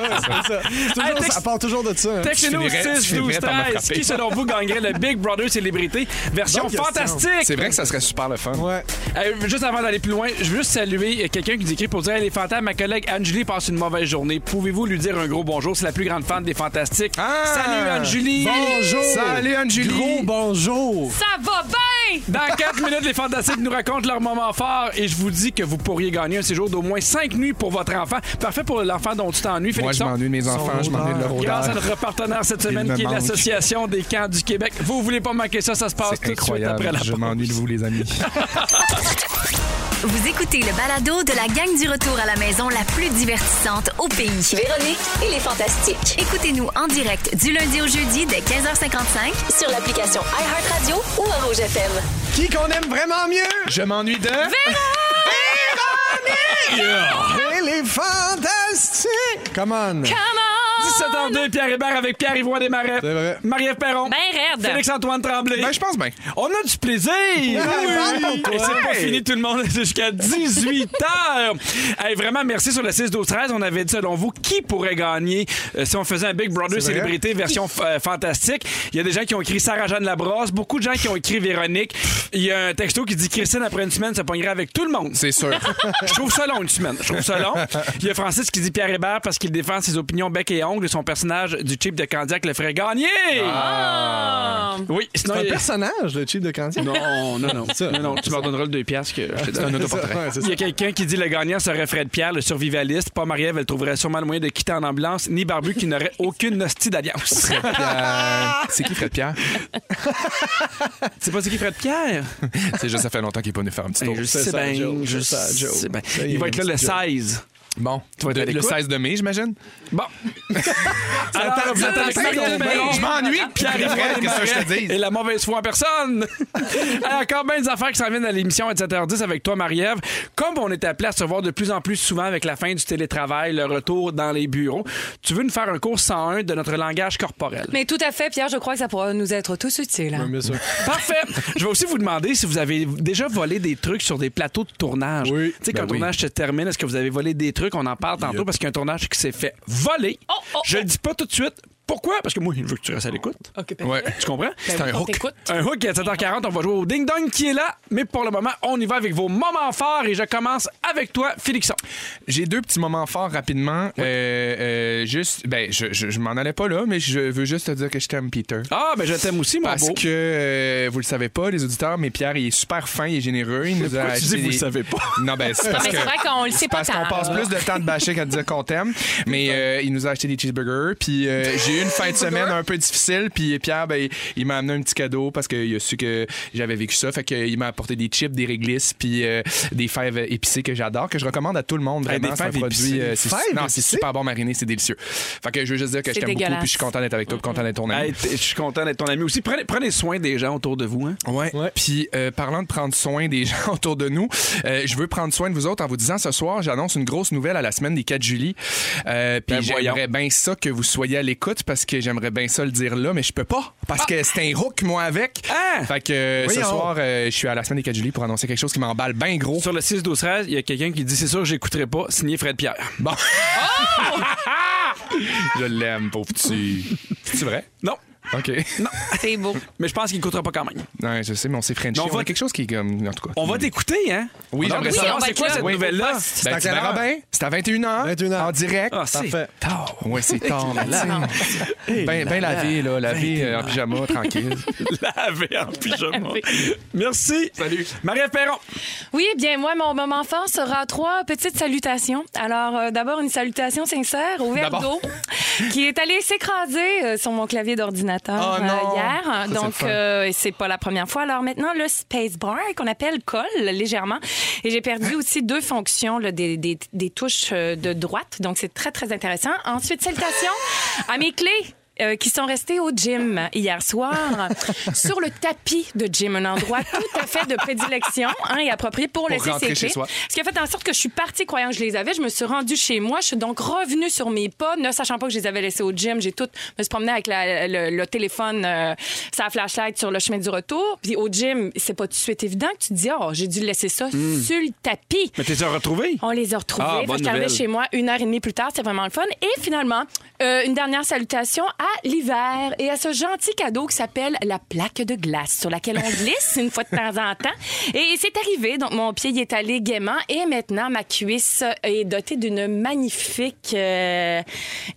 Toujours,
texte-
Ça part toujours de ça. hein.
Textez-nous au
Tu finirais- tu
6 12
finirais par me
13
frapper.
Qui, selon vous, gagnerait le Big Brother Célébrité version
Bonne question.
fantastique?
C'est vrai que ça serait super le fun.
Ouais.
Euh, juste avant d'aller plus loin, je veux juste saluer euh, quelqu'un qui nous écrit pour dire Les Fantasmes, ma collègue Anne-Julie passe une mauvaise journée. Pouvez-vous lui dire un gros bonjour? C'est la plus grande fan des Fantastiques.
Ah!
Salut Anne-Julie!
Bonjour.
Salut, Anne-Julie.
Gros bonjour.
Ça va bien!
Dans 4 minutes, les Fantastiques nous racontent leur moment fort et je vous dis que vous pourriez gagner un séjour d'au moins 5 nuits pour votre enfant. Parfait pour l'enfant dont tu t'ennuies,
Moi, je
Félixon.
m'ennuie de mes enfants, je m'ennuie de leur odeur.
Grâce à notre partenaire cette semaine
me
qui est
manque.
l'Association des camps du Québec. Vous voulez pas manquer ça, ça se passe
C'est
tout de suite après
incroyable.
la
Je
pause.
m'ennuie de vous, les amis.
Vous écoutez le balado de la gang du retour à la maison la plus divertissante au pays.
Véronique et les Fantastiques.
Écoutez-nous en direct du lundi au jeudi dès 15h55
Sur l'application iHeartRadio ou à Rouge FM.
Qui qu'on aime vraiment mieux?
Je m'ennuie de.
Elle est fantastique. Come on.
17 en 2, Pierre Hébert avec Pierre Ivoire Desmarais.
C'est vrai.
Marie-Ève Perron.
Ben raide.
Félix-Antoine Tremblay.
Ben, je pense bien.
On a du plaisir!
oui.
Et c'est pas fini, tout le monde, c'est jusqu'à 18 h vraiment, merci sur le 6-12-13. On avait dit, selon vous, qui pourrait gagner euh, si on faisait un Big Brother
C'est vrai.
célébrité version f- euh, fantastique? Il y a des gens qui ont écrit Sarah-Jeanne Labrosse, beaucoup de gens qui ont écrit Véronique. Il y a un texto qui dit Christine, après une semaine, se pognerait avec tout le monde.
C'est sûr.
Je trouve ça long, une semaine. Je trouve ça long. Il y a Francis qui dit Pierre Hébert parce qu'il défend ses opinions bec et ongle et son personnage du chip de Candiac le ferait gagner. Oui,
C'est
sinon.
un
il y a-
personnage, le cheat de Candy.
Oh, Non, non, non. non, non, tu me redonneras le 2 piastres que je te donne.
Ouais, c'est
Il y a quelqu'un qui dit le gagnant serait Fred Pierre, le survivaliste. Pas Marie-Ève, elle trouverait sûrement le moyen de quitter en ambulance, ni Barbu qui n'aurait aucune hostie d'alliance.
Euh, c'est qui, Fred Pierre?
C'est pas c'est qui Fred Pierre? Ben,
C'est juste, ça fait longtemps qu'il est pas venu faire un petit tour.
je
sais
sais
ça,
bien,
Joe,
je
c'est ça, Joe.
sais bien.
Ça y est,
Il va être là le 16.
Bon, tu vas
être à
le
l'écoute?
16 de mai, j'imagine?
Bon. Alors, vous êtes avec Marie-Ève Perron.
Je m'ennuie de
Pierre
Pierre Fred, qu'est-ce que je te
Et
dis?
la mauvaise foi en personne. Alors, encore bien des affaires qui s'en viennent à l'émission à 7h10 avec toi, Marie-Ève. Comme on est appelé à se voir de plus en plus souvent avec la fin du télétravail, le retour dans les bureaux, tu veux nous faire un cours 101 de notre langage corporel.
Mais tout à fait, Pierre, je crois que ça pourra nous être tous utiles. hein.
Bien sûr.
Parfait. Je vais aussi vous demander si vous avez déjà volé des trucs sur des plateaux de tournage.
Oui.
Tu sais,
Ben
quand le tournage se termine, est-ce que vous avez volé des trucs? On en parle tantôt parce qu'il y a un tournage qui s'est fait voler.
Oh,
Je le dis pas tout de suite. Pourquoi? Parce que moi, je veux que tu restes à l'écoute.
Ouais.
Tu comprends?
Euh, Ben oui,
un
on
hook.
t'écoute.
Un hook à 7h40, on va jouer au Ding Dong qui est là, mais pour le moment, on y va avec vos moments forts et je commence avec toi, Félixon.
J'ai deux petits moments forts rapidement. Euh, euh, juste, ben, je, je, je m'en allais pas là, mais je veux juste te dire que je t'aime, Peter.
Ah, ben je t'aime aussi, mon
Parce
beau.
que euh, vous le savez pas, les auditeurs, mais Pierre, il est super fin, il est généreux. Il nous a
Pourquoi tu dis
acheté
vous le
des-
savez pas?
Non, ben, c'est parce
Mais
que.
c'est vrai qu'on le sait
c'est
pas
parce qu'on
tant,
passe
là.
plus de temps de bâcher qu'à te dire qu'on t'aime. Mais euh, il nous a acheté des cheeseburgers. Puis euh, j'ai eu eu une fin de semaine un peu difficile. Puis Pierre, ben, il- il m'a amené un petit cadeau parce qu'il a su que j'avais vécu ça. Fait qu'il m'a apporté des chips, des réglisses, puis euh, des fèves épicées que j'adore, que je recommande à tout le monde.
Hey,
Vraiment,
des
c'est un
fèves
produit.
épicées.
euh, c'est-
Fèves
non, c'est
épicées?
super bon mariné, c'est délicieux. Fait que je veux juste dire que je
C'est
t'aime beaucoup,
dégueulasse.
puis je suis content d'être avec toi, puis content d'être ton ami.
Hey, t- je suis content d'être ton ami aussi. Prenez, prenez soin des gens autour de vous. Hein?
Ouais.
Ouais.
Puis euh, parlant de prendre soin des gens autour de nous, euh, je veux prendre soin de vous autres en vous disant ce soir, j'annonce une grosse nouvelle à la semaine des 4 juillet. Euh, puis
Ben,
j'aimerais bien ça que vous soyez à l'écoute parce que j'aimerais bien ça le dire là, mais je peux pas parce que c'est un hook moi avec.
Ah!
Fait que euh, ce
Voyons.
soir, euh, je suis à la semaine des 4 juillet pour annoncer quelque chose qui m'emballe bien gros.
Sur le 6-12-13, il y a quelqu'un qui dit C'est sûr, j'écouterai pas. Signé Fred Pierre.
Bon. je l'aime, pauvre petit. C'est vrai?
Non,
OK.
C'est beau.
mais je pense qu'il écoutera pas quand même.
Ouais, je sais, mais on s'est Frenchie.
Mais on
On,
va-
a quelque chose qui est comme. En tout cas.
On va t'écouter, hein?
Oui,
On
j'aimerais
aimerait
Oui,
savoir
on va
c'est
être
quoi
là.
cette
Oui,
nouvelle-là?
Ben,
à
tu
quelle
verras
heure?
bien. C'est à 21h.
21h.
En direct.
Ah, c'est
Parfait.
tard.
Ouais, c'est tard, mais là. Ben, ben lavé, là. Lavé euh, en pyjama, tranquille.
Lavé en pyjama. Merci. Salut. Marie-Ève Perron.
Oui, eh bien moi, mon moment fort sera trois petites salutations. Alors, euh, d'abord, une salutation sincère au verre
D'abord.
d'eau qui est allé s'écraser euh, sur mon clavier d'ordinateur
Oh
euh,
non.
hier.
Ça, c'est le
Donc,
fun.
euh, c'est pas la première fois. Alors maintenant, le space bar qu'on appelle colle légèrement. Et j'ai perdu aussi deux fonctions, là, des, des- des touches euh, de droite. Donc, c'est très, très intéressant. Ensuite, salutation à mes clés. euh, qui sont restées au gym hier soir sur le tapis de gym, un endroit tout à fait de prédilection hein, et approprié pour, laisser
rentrer
ses
chez
clés.
soi.
Ce qui a fait en sorte que je suis partie croyant que je les avais. Je me suis rendue chez moi. Je suis donc revenue sur mes pas, ne sachant pas que je les avais laissés au gym. J'ai tout me suis promenée avec la- le, le téléphone, euh, sa flashlight sur le chemin du retour. Puis au gym, c'est pas tout de suite évident que tu te dis, oh, j'ai dû laisser ça
Hmm.
sur le tapis.
Mais t'es déjà retrouvé?
On les a retrouvés.
Ah,
Fait
bonne
que j'arrivais
nouvelle.
chez moi une heure et demie plus tard. C'était vraiment le fun. Et finalement, euh, une dernière salutation à l'hiver et à ce gentil cadeau qui s'appelle la plaque de glace sur laquelle on glisse une fois de temps en temps. Et c'est arrivé. Donc, mon pied y est allé gaiement. Et maintenant, ma cuisse est dotée d'une magnifique euh,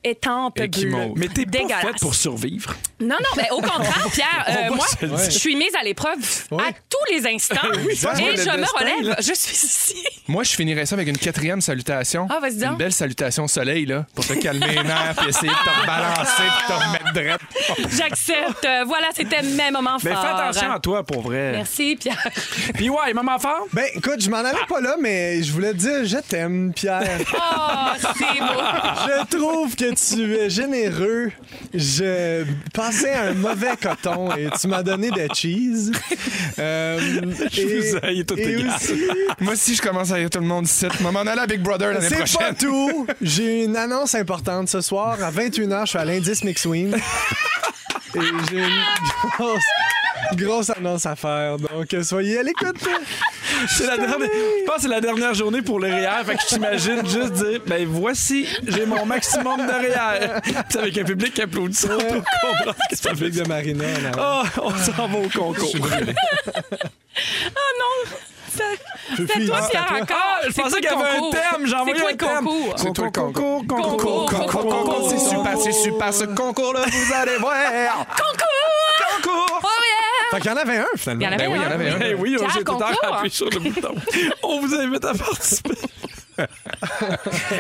étampe bleue.
Équimaude.
Mais t'es pas
Dégueulasse.
faite pour survivre.
Non, non, mais au contraire, Pierre, euh,
va
moi,
se le
je suis mise à l'épreuve à tous les instants.
ça,
et
c'est
je
le
me
destin,
relève.
là.
Je suis ici.
Moi, je finirais ça avec une quatrième salutation.
Ah, vas-y donc.
Une belle salutation au soleil, là, pour te calmer les nerfs, puis essayer de te rebalancer, puis te remettre drette.
J'accepte. Euh, Voilà, c'était mes moments
Mais fais
forts.
attention à toi, pour vrai.
hein. Merci, Pierre.
Puis ouais, maman fort.
Ben, écoute, je m'en allais pas là, mais je voulais te dire je t'aime, Pierre.
Oh, c'est beau. Ah,
Je trouve que tu es généreux. Je passais un mauvais coton et tu m'as donné des cheese. Euh,
vous haïs, tout
et
égal.
aussi,
Moi, si je commence à y tout le monde ici, maman, on allait à Big Brother l'année
c'est pas
prochaine.
tout. J'ai une annonce importante ce soir. À 21h, je suis à l'indice McSween. Et j'ai une grosse, grosse annonce à faire. Donc, soyez à l'écoute.
C'est la dernière, je pense que c'est la dernière journée pour le REER. Fait que je t'imagine juste dire, ben voici, j'ai mon maximum de REER. C'est avec un public qui applaudit sans trop comprendre ce que ça veut
Public
dire.
de Marina. en avant.
Ah, on s'en va au concours.
C'est toi, Pierre, encore.
Je
C'est
pensais qu'il y avait un
quoi le concours?
thème, j'ai envoyé un
C'est quoi le
thème.
concours?
C'est toi le concours.
Concours,
Concours,
Concours, concours, concours. C'est super, c'est super ce concours-là, vous allez voir.
Concours!
concours.
Oh, yeah!
Fait qu'il y en avait un,
Il y
finalement.
en avait
Ben oui, il y en
Eh oui, on
avait un.
un. Pierre,
s'est tout à
concours.
appuyé sur le bouton. On vous invite à participer.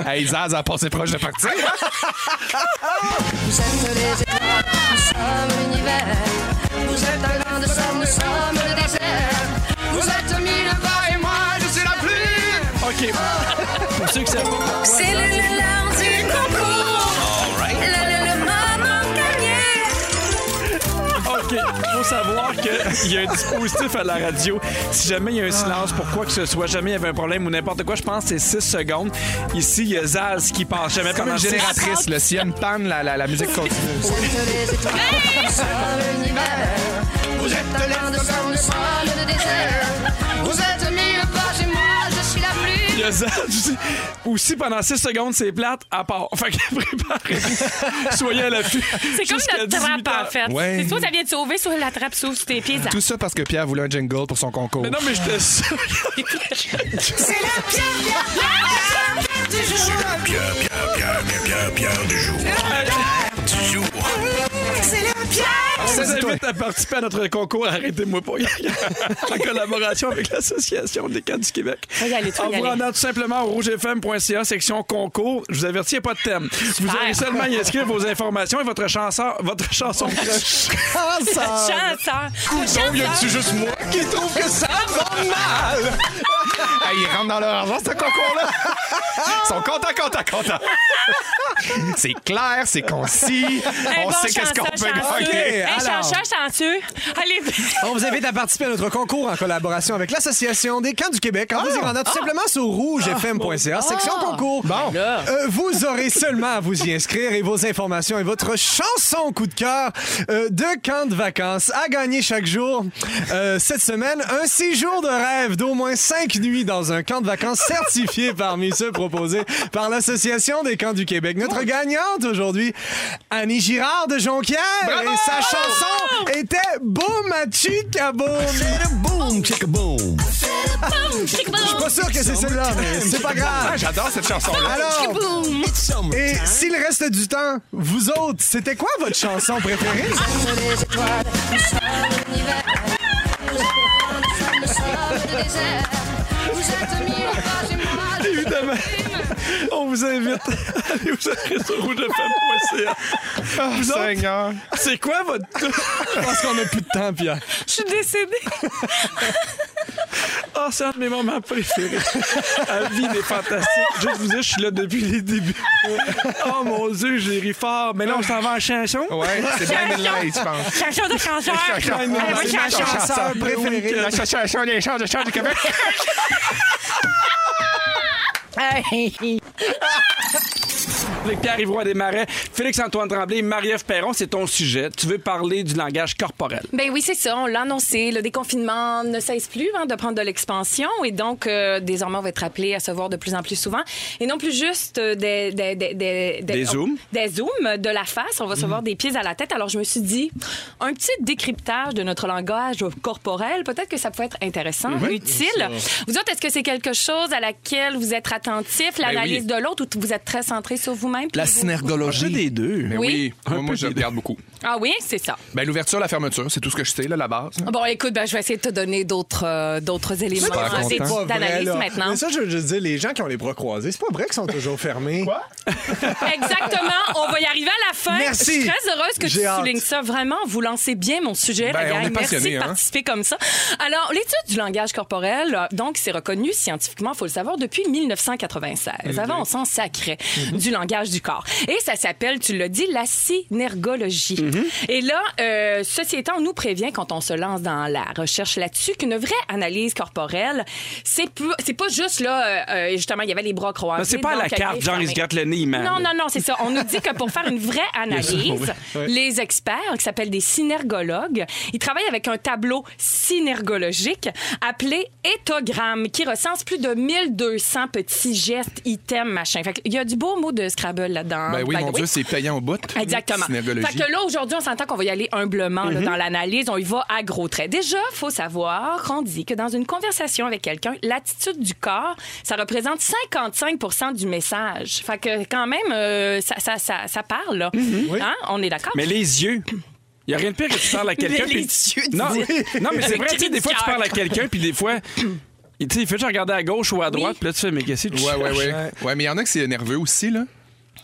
Hey, Zaz a passé proche de partir.
OK. Pour ceux qui savent pas.
C'est le, l'heure du concours. Le, le, le moment gagné.
OK. Faut savoir qu'il y a un dispositif à la radio. Si jamais il y a un silence, pour quoi que ce soit, jamais il y avait un problème ou n'importe quoi, je pense que c'est 6 secondes. Ici, il y a Zaz qui passe jamais
Comme
pendant
une
six-
génératrice, là. S'il y a une panne, la, la, la musique continue.
Il y a Zaz aussi. Aussi, pendant 6 secondes, c'est plate, à part. Fait que préparez-vous. Soyez à l'affût.
C'est comme
Jusqu'à
notre
18
trappe,
heures.
en fait.
Ouais.
C'est soit ça vient de sauver, soit la trappe s'ouvre sous tes pieds.
Tout ça parce que Pierre voulait un jingle pour son concours.
Mais non, mais j'étais sûr.
C'est le Pierre, Pierre, Pierre, Pierre du jour.
Pierre, Pierre, Pierre, Pierre, Pierre, Pierre du jour. Pierre du jour.
C'est le Pierre,
vous invite à participer à notre concours Arrêtez-moi pas en collaboration avec l'Association des cadres du Québec.
Faut y aller, faut y
en vous
aller.
rendant tout simplement au rougefm.ca, section concours. Je vous avertis, il n'y a pas de thème. Vous avez seulement à y inscrire vos informations et votre chanson, votre chanson
Oh.
crush.
Chanteur.
y a-tu juste moi qui trouve que ça va mal?
Ah, ils rentrent dans leur argent, ce concours-là. Ils sont contents, contents, contents. C'est clair, c'est concis.
Un
On
bon
sait qu'est-ce qu'on peut
chanceux, chanceux.
gagner.
Un
alors.
chanceux, chanceux. Allez,
On vous invite à participer à notre concours en collaboration avec l'Association des camps du Québec en vous y rendant tout simplement sur rougefm.ca, section concours. Bon. Euh, vous aurez seulement à vous y inscrire et vos informations et votre chanson coup de cœur euh, de camp de vacances à gagner chaque jour euh, cette semaine. Un six jours de rêve d'au moins cinq nuits dans un camp de vacances certifié parmi ceux proposés par l'Association des camps du Québec. Notre gagnante aujourd'hui, Annie Girard de Jonquière et sa chanson était Boom à Chicaboom.
Boom, check boom.
Je suis pas sûr que c'est celle-là, mais c'est pas
Ah,
grave.
J'adore cette chanson-là.
Alors, et s'il reste du temps, vous autres, c'était quoi votre chanson préférée?
Évidemment, on vous invite. Allez vous inscrire sur rougefm.ca. Vous autres,
Seigneur.
c'est quoi votre...
Ah, Je pense qu'on a plus de temps, Pierre.
je suis décédée.
Ah, c'est un de mes moments préférés. La vie des fantastiques. Juste vous dire, je suis là depuis les débuts. Oh mon Dieu, j'ai ri fort. Mais là, on s'en va en chanson.
Ouais, c'est bien Light, je pense.
Chanson de Euh, chanteur. Un bon
c'est ma
chanteur.
chanson.
Chanson préférée.
L'Association des chants de chants du Québec.
Avec Pierre Roy Desmarais, Félix-Antoine Tremblay, Marie-Ève Perron, c'est ton sujet. Tu veux parler du langage corporel.
Ben oui, c'est ça. On l'a annoncé. Le déconfinement ne cesse plus hein, de prendre de l'expansion et donc euh, désormais on va être appelé à se voir de plus en plus souvent et non plus juste euh, des des des des, Oh,
Des zooms. Mm.
des zooms de la face. On va se voir des pieds à la tête. Alors je me suis dit un petit décryptage de notre langage corporel. Peut-être que ça pourrait être intéressant, utile. Vous autres, est-ce que c'est quelque chose à laquelle vous êtes
Ben
attentif, l'analyse de l'autre, ou vous êtes très centré sur vous-même? puis vous-
synergologie.
des deux.
Mais
Oui.
oui, moi, moi, je regarde beaucoup.
Ah oui, c'est ça.
Ben, l'ouverture, la fermeture, c'est tout ce que je sais, là, la base.
Bon, écoute, ben, je vais essayer de te donner d'autres euh, d'autres éléments
Super
euh,
content.
d'études, d'analyse maintenant.
Mais ça, je veux juste dire, les gens qui ont les bras croisés, c'est pas vrai qu'ils sont toujours fermés. Quoi?
Exactement, on va y arriver à la fin.
Merci.
Je suis très heureuse que tu
J'ai hâte.
soulignes ça. Vraiment, vous lancez bien mon sujet, la
Ben, on
gang.
est
Merci
passionnés,
de
hein.
participer comme ça. Alors, l'étude du langage corporel, euh, donc, c'est reconnu scientifiquement, faut le savoir, depuis
Mm-hmm.
1996. Avant, on s'en sacrait du langage du corps. Et ça s'appelle, tu l'as dit, la synergologie.
Mm-hmm.
Et là, euh, ceci étant, on nous prévient quand on se lance dans la recherche là-dessus qu'une vraie analyse corporelle, c'est peu- c'est pas juste là, euh, euh, justement, il y avait les bras croisés.
c'est pas à la
donc,
carte,
allez,
genre, ils se
fermez.
grattent le nez, man.
Non, non, non, c'est ça. On nous dit que pour faire une vraie analyse, les experts, qui s'appellent des synergologues, ils travaillent avec un tableau synergologique appelé étogramme, qui recense plus de 1200 petits gestes, items, machin. Fait qu'il y a du beau mot de Scrabble là-dedans.
Ben oui,
by the
mon
way.
Dieu, c'est payant au bout.
Exactement. Fait
Synergologie.
que là, aujourd'hui, on s'entend qu'on va y aller humblement là, dans l'analyse. On y va à gros traits. Déjà, faut savoir qu'on dit que dans une conversation avec quelqu'un, l'attitude du corps, ça représente 55 du message. Fait que quand même, euh, ça, ça, ça, ça parle. là. Hein? On est d'accord?
Mais les yeux. Il n'y a rien de pire que tu parles à quelqu'un.
Mais les
puis-
yeux, tu
non,
dis-
non, mais c'est
Avec
vrai, tu sais,
cri
des
du
fois, tu
cœur.
parles à quelqu'un, puis des fois, tu sais, il fait juste regarder à gauche ou à droite,
Oui.
puis là, tu fais, mais qu'est-ce que tu
Ouais, ouais,
cherches?
ouais. Ouais, mais il y en a qui c'est nerveux aussi, là.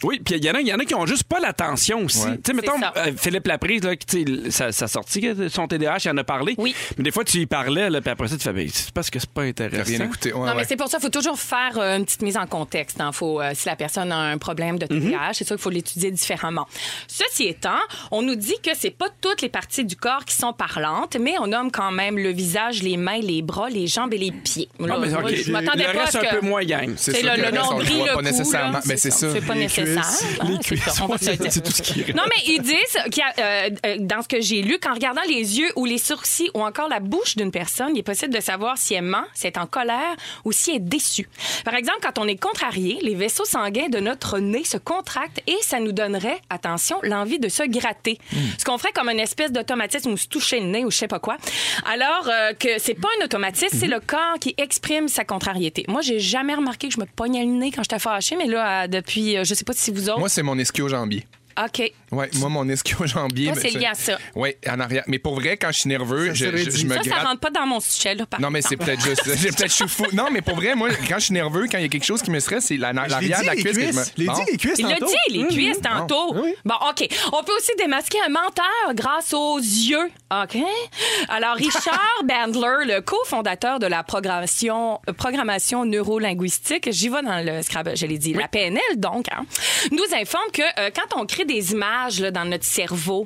Oui, puis il y, en a- il y en a qui ont juste pas l'attention aussi.
Ouais.
Tu sais, mettons,
ça.
euh, Philippe Laprise, là, qui, tu sais, sa, sa sortie, euh, son TDAH, il en a parlé.
Oui.
Mais des fois, tu y parlais, là, puis après ça, tu fais, ben, c'est parce que c'est pas intéressant.
T'as rien écouté. Ouais,
Non, mais
ouais.
c'est pour ça, il faut toujours faire euh, une petite mise en contexte. hein. Faut, euh, si la personne a un problème de TDAH,
Mhm.
c'est sûr qu'il faut l'étudier différemment. Ceci étant, on nous dit que c'est pas toutes les parties du corps qui sont parlantes, mais on nomme quand même le visage, les mains, les bras, les jambes et les pieds.
Ah,
Là,
mais
moi,
OK.
je m'attendais
Le
pas
reste,
à ce
un
que-
peu moins gang.
C'est
c'est
sûr
le,
que
le
reste, on
nombril,
voit
le
pas
cou,
nécessairement.
là,
Mais c'est ça.
C'est pas
Les
nécessaire.
cuisses.
hein,
Les
c'est
cuisses,
ça, on va
ouais,
se le dire.
c'est tout ce qui reste.
Non, mais ils disent, qu'il y a, euh, euh, dans ce que j'ai lu, qu'en regardant les yeux ou les sourcils ou encore la bouche d'une personne, il est possible de savoir si elle ment, si elle est en colère ou si elle est déçue. Par exemple, quand on est contrarié, les vaisseaux sanguins de notre nez se contractent et ça nous donnerait, attention, l'envie de se gratter. Ce qu'on ferait comme une espèce d'automatisme ou se toucher le nez ou je sais pas quoi. Alors euh, que c'est pas un automatisme, c'est le corps qui exprime sa contrariété. Moi, j'ai jamais remarqué que je me pognais le nez quand j'étais fâchée, mais là, euh, depuis, euh, je sais pas si vous autres.
Moi, c'est mon ischio-jambier.
OK.
Ouais, moi, mon ischio-jambier.
Moi,
ben,
c'est lié à ça.
Ouais, en arrière. Mais pour vrai, quand je suis nerveux, je, je- je me
ça, ça
gratte.
rentre pas dans mon sujet, là, par
Non, mais c'est
exemple.
peut-être juste. J'ai peut-être choufou. Non, mais pour vrai, moi, quand je suis nerveux, quand il y a quelque chose qui me stresse, c'est la-
Je l'ai
l'arrière
dit,
de la
les
cuisse. que je me-
cuisses. Je l'ai
Bon.
dit, les cuisses
Il l'a
tantôt.
dit, les
Mhm.
cuisses tantôt.
Oui.
Bon, OK. On peut aussi démasquer un menteur grâce aux yeux. OK? Alors, Richard Bandler, le cofondateur de la programmation, euh, programmation neurolinguistique, j'y vais dans le Scrabble, je l'ai dit, la PNL, donc, hein, nous informe que euh, quand on crée des images là, dans notre cerveau,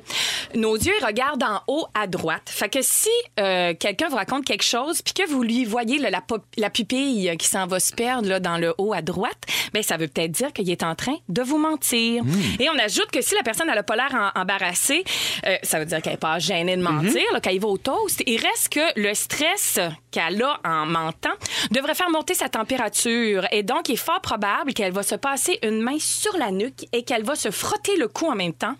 nos yeux ils regardent en haut à droite. Fait que si euh, quelqu'un vous raconte quelque chose, puis que vous lui voyez là, la, pop- la pupille euh, qui s'en va se perdre là, dans le haut à droite, ben, ça veut peut-être dire qu'il est en train de vous
Hmm.
mentir. Et on ajoute que si la personne elle a pas l'air en- embarrassée, euh, ça veut dire qu'elle n'est pas gênée
Mhm.
de mentir. là, quand il va au toast, il reste que le stress qu'elle a en mentant devrait faire monter sa température. Et donc, il est fort probable qu'elle va se passer une main sur la nuque et qu'elle va se frotter le cou en même temps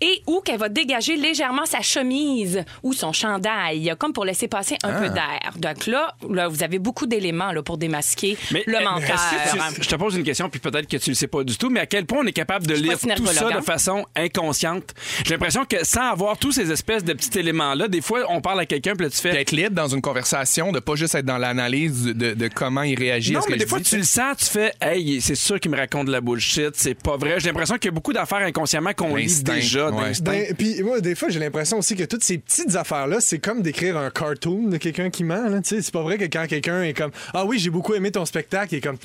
et ou qu'elle va dégager légèrement sa chemise ou son chandail, comme pour laisser passer un
Ah.
peu d'air. Donc là, là, vous avez beaucoup d'éléments là, pour démasquer le
euh, est-ce que
menteur.
tu- je te pose une question, puis peut-être que tu ne le sais pas du tout, mais à quel point on est capable de
suis pas
lire
si
tout
nervologue,
ça de
hein?
façon inconsciente? J'ai l'impression que sans avoir tous ces espèces de petits éléments-là, des fois, on parle à quelqu'un, puis là, tu fais.
D'être libre dans une conversation, de pas juste être dans l'analyse de, de comment il réagit. à
Non,
ce que
mais des
je
fois,
dis.
tu le sens, tu fais Hey, c'est sûr qu'il me raconte de la bullshit, c'est pas vrai. J'ai l'impression qu'il y a beaucoup d'affaires inconsciemment qu'on lit
L'instinct,
déjà
ouais.
d'instinct.
Ben, puis moi, des fois, j'ai l'impression aussi que toutes ces petites affaires-là, c'est comme d'écrire un cartoon de quelqu'un qui ment. là. Tu sais, C'est pas vrai que quand quelqu'un est comme Ah oui, j'ai beaucoup aimé ton spectacle, il est comme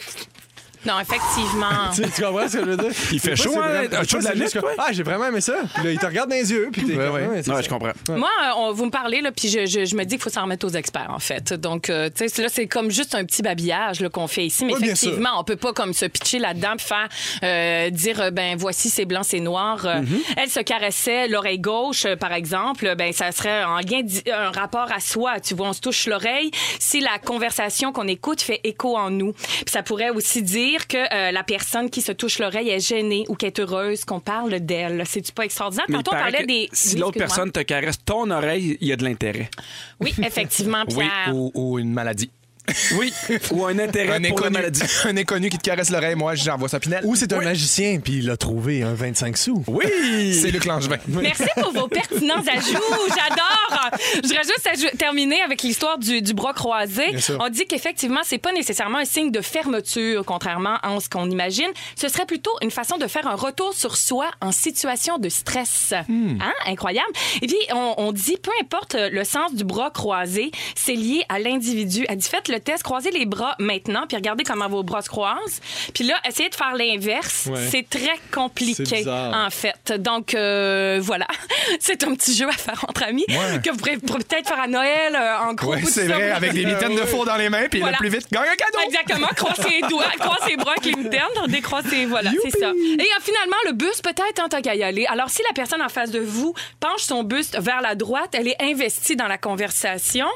Non, effectivement.
Tu sais, tu comprends ce que je veux dire?
Il fait
Des fois,
chaud,
c'est
hein?
vraiment-
T'as
des fois,
chaud de la
c'est juste
lutte,
comme,
quoi?
Ah, j'ai vraiment aimé ça. Puis là, il te regarde dans les yeux. Puis t'es
Ouais,
comme,
ouais.
c'est
Ouais,
ça.
je comprends.
Moi, euh, on, vous me parlez, là, puis je, je- je me dis qu'il faut s'en remettre aux experts, en fait. Donc, euh, tu sais, là, c'est comme juste un petit babillage là, qu'on fait ici. Mais
Oui, bien sûr.
effectivement, on peut pas comme se pitcher là-dedans puis faire euh, dire, euh, ben voici, c'est blanc, c'est noir. Euh,
Mhm.
Elle se caressait l'oreille gauche, euh, par exemple. Ben, ça serait en lien, di- un rapport à soi. Tu vois, on se touche l'oreille si la conversation qu'on écoute fait écho en nous. Puis ça pourrait aussi dire que euh, la personne qui se touche l'oreille est gênée ou qu'elle est heureuse qu'on parle d'elle. C'est-tu pas extraordinaire?
Mais il
Tantôt, on
paraît
parlait
que
des...
Si
Oui,
l'autre
excuse-moi.
personne te caresse ton oreille, il y a de l'intérêt.
Oui, effectivement,
Oui,
Pierre.
ou, ou une maladie.
Oui, ou un intérêt
Un
pour la
inconnu,
maladie.
un inconnu qui te caresse l'oreille, moi, j'envoie ça Pinel.
Ou c'est un magicien, puis il a trouvé un 25 sous.
Oui!
C'est Luc Langevin.
Merci pour vos pertinents ajouts. J'adore. Je voudrais juste ajou- terminer avec l'histoire du, du bras croisé.
Bien sûr.
On dit qu'effectivement, c'est pas nécessairement un signe de fermeture, contrairement à ce qu'on imagine. Ce serait plutôt une façon de faire un retour sur soi en situation de stress.
Hmm.
Hein? Incroyable. Et puis, on, on dit, peu importe le sens du bras croisé, c'est lié à l'individu. Elle dit, faites le test, croisez les bras maintenant, puis regardez comment vos bras se croisent. Puis là, essayez de faire l'inverse.
Ouais.
C'est très compliqué.
C'est bizarre.
en fait. Donc, euh, voilà. C'est un petit jeu à faire entre amis
Ouais.
que vous pourrez peut-être faire à Noël euh, en groupe.
Oui,
ou tout
c'est
ça.
vrai, avec des mitaines de four dans les mains, puis
Voilà.
le plus vite, gagne un cadeau!
Exactement, croise ses doigts, croise ses bras avec les mitaines, décroise ses... Voilà, c'est ça. Et euh, finalement, le bus, peut-être, en tant qu'à y aller. Alors, si la personne en face de vous penche son buste vers la droite, elle est investie dans la conversation,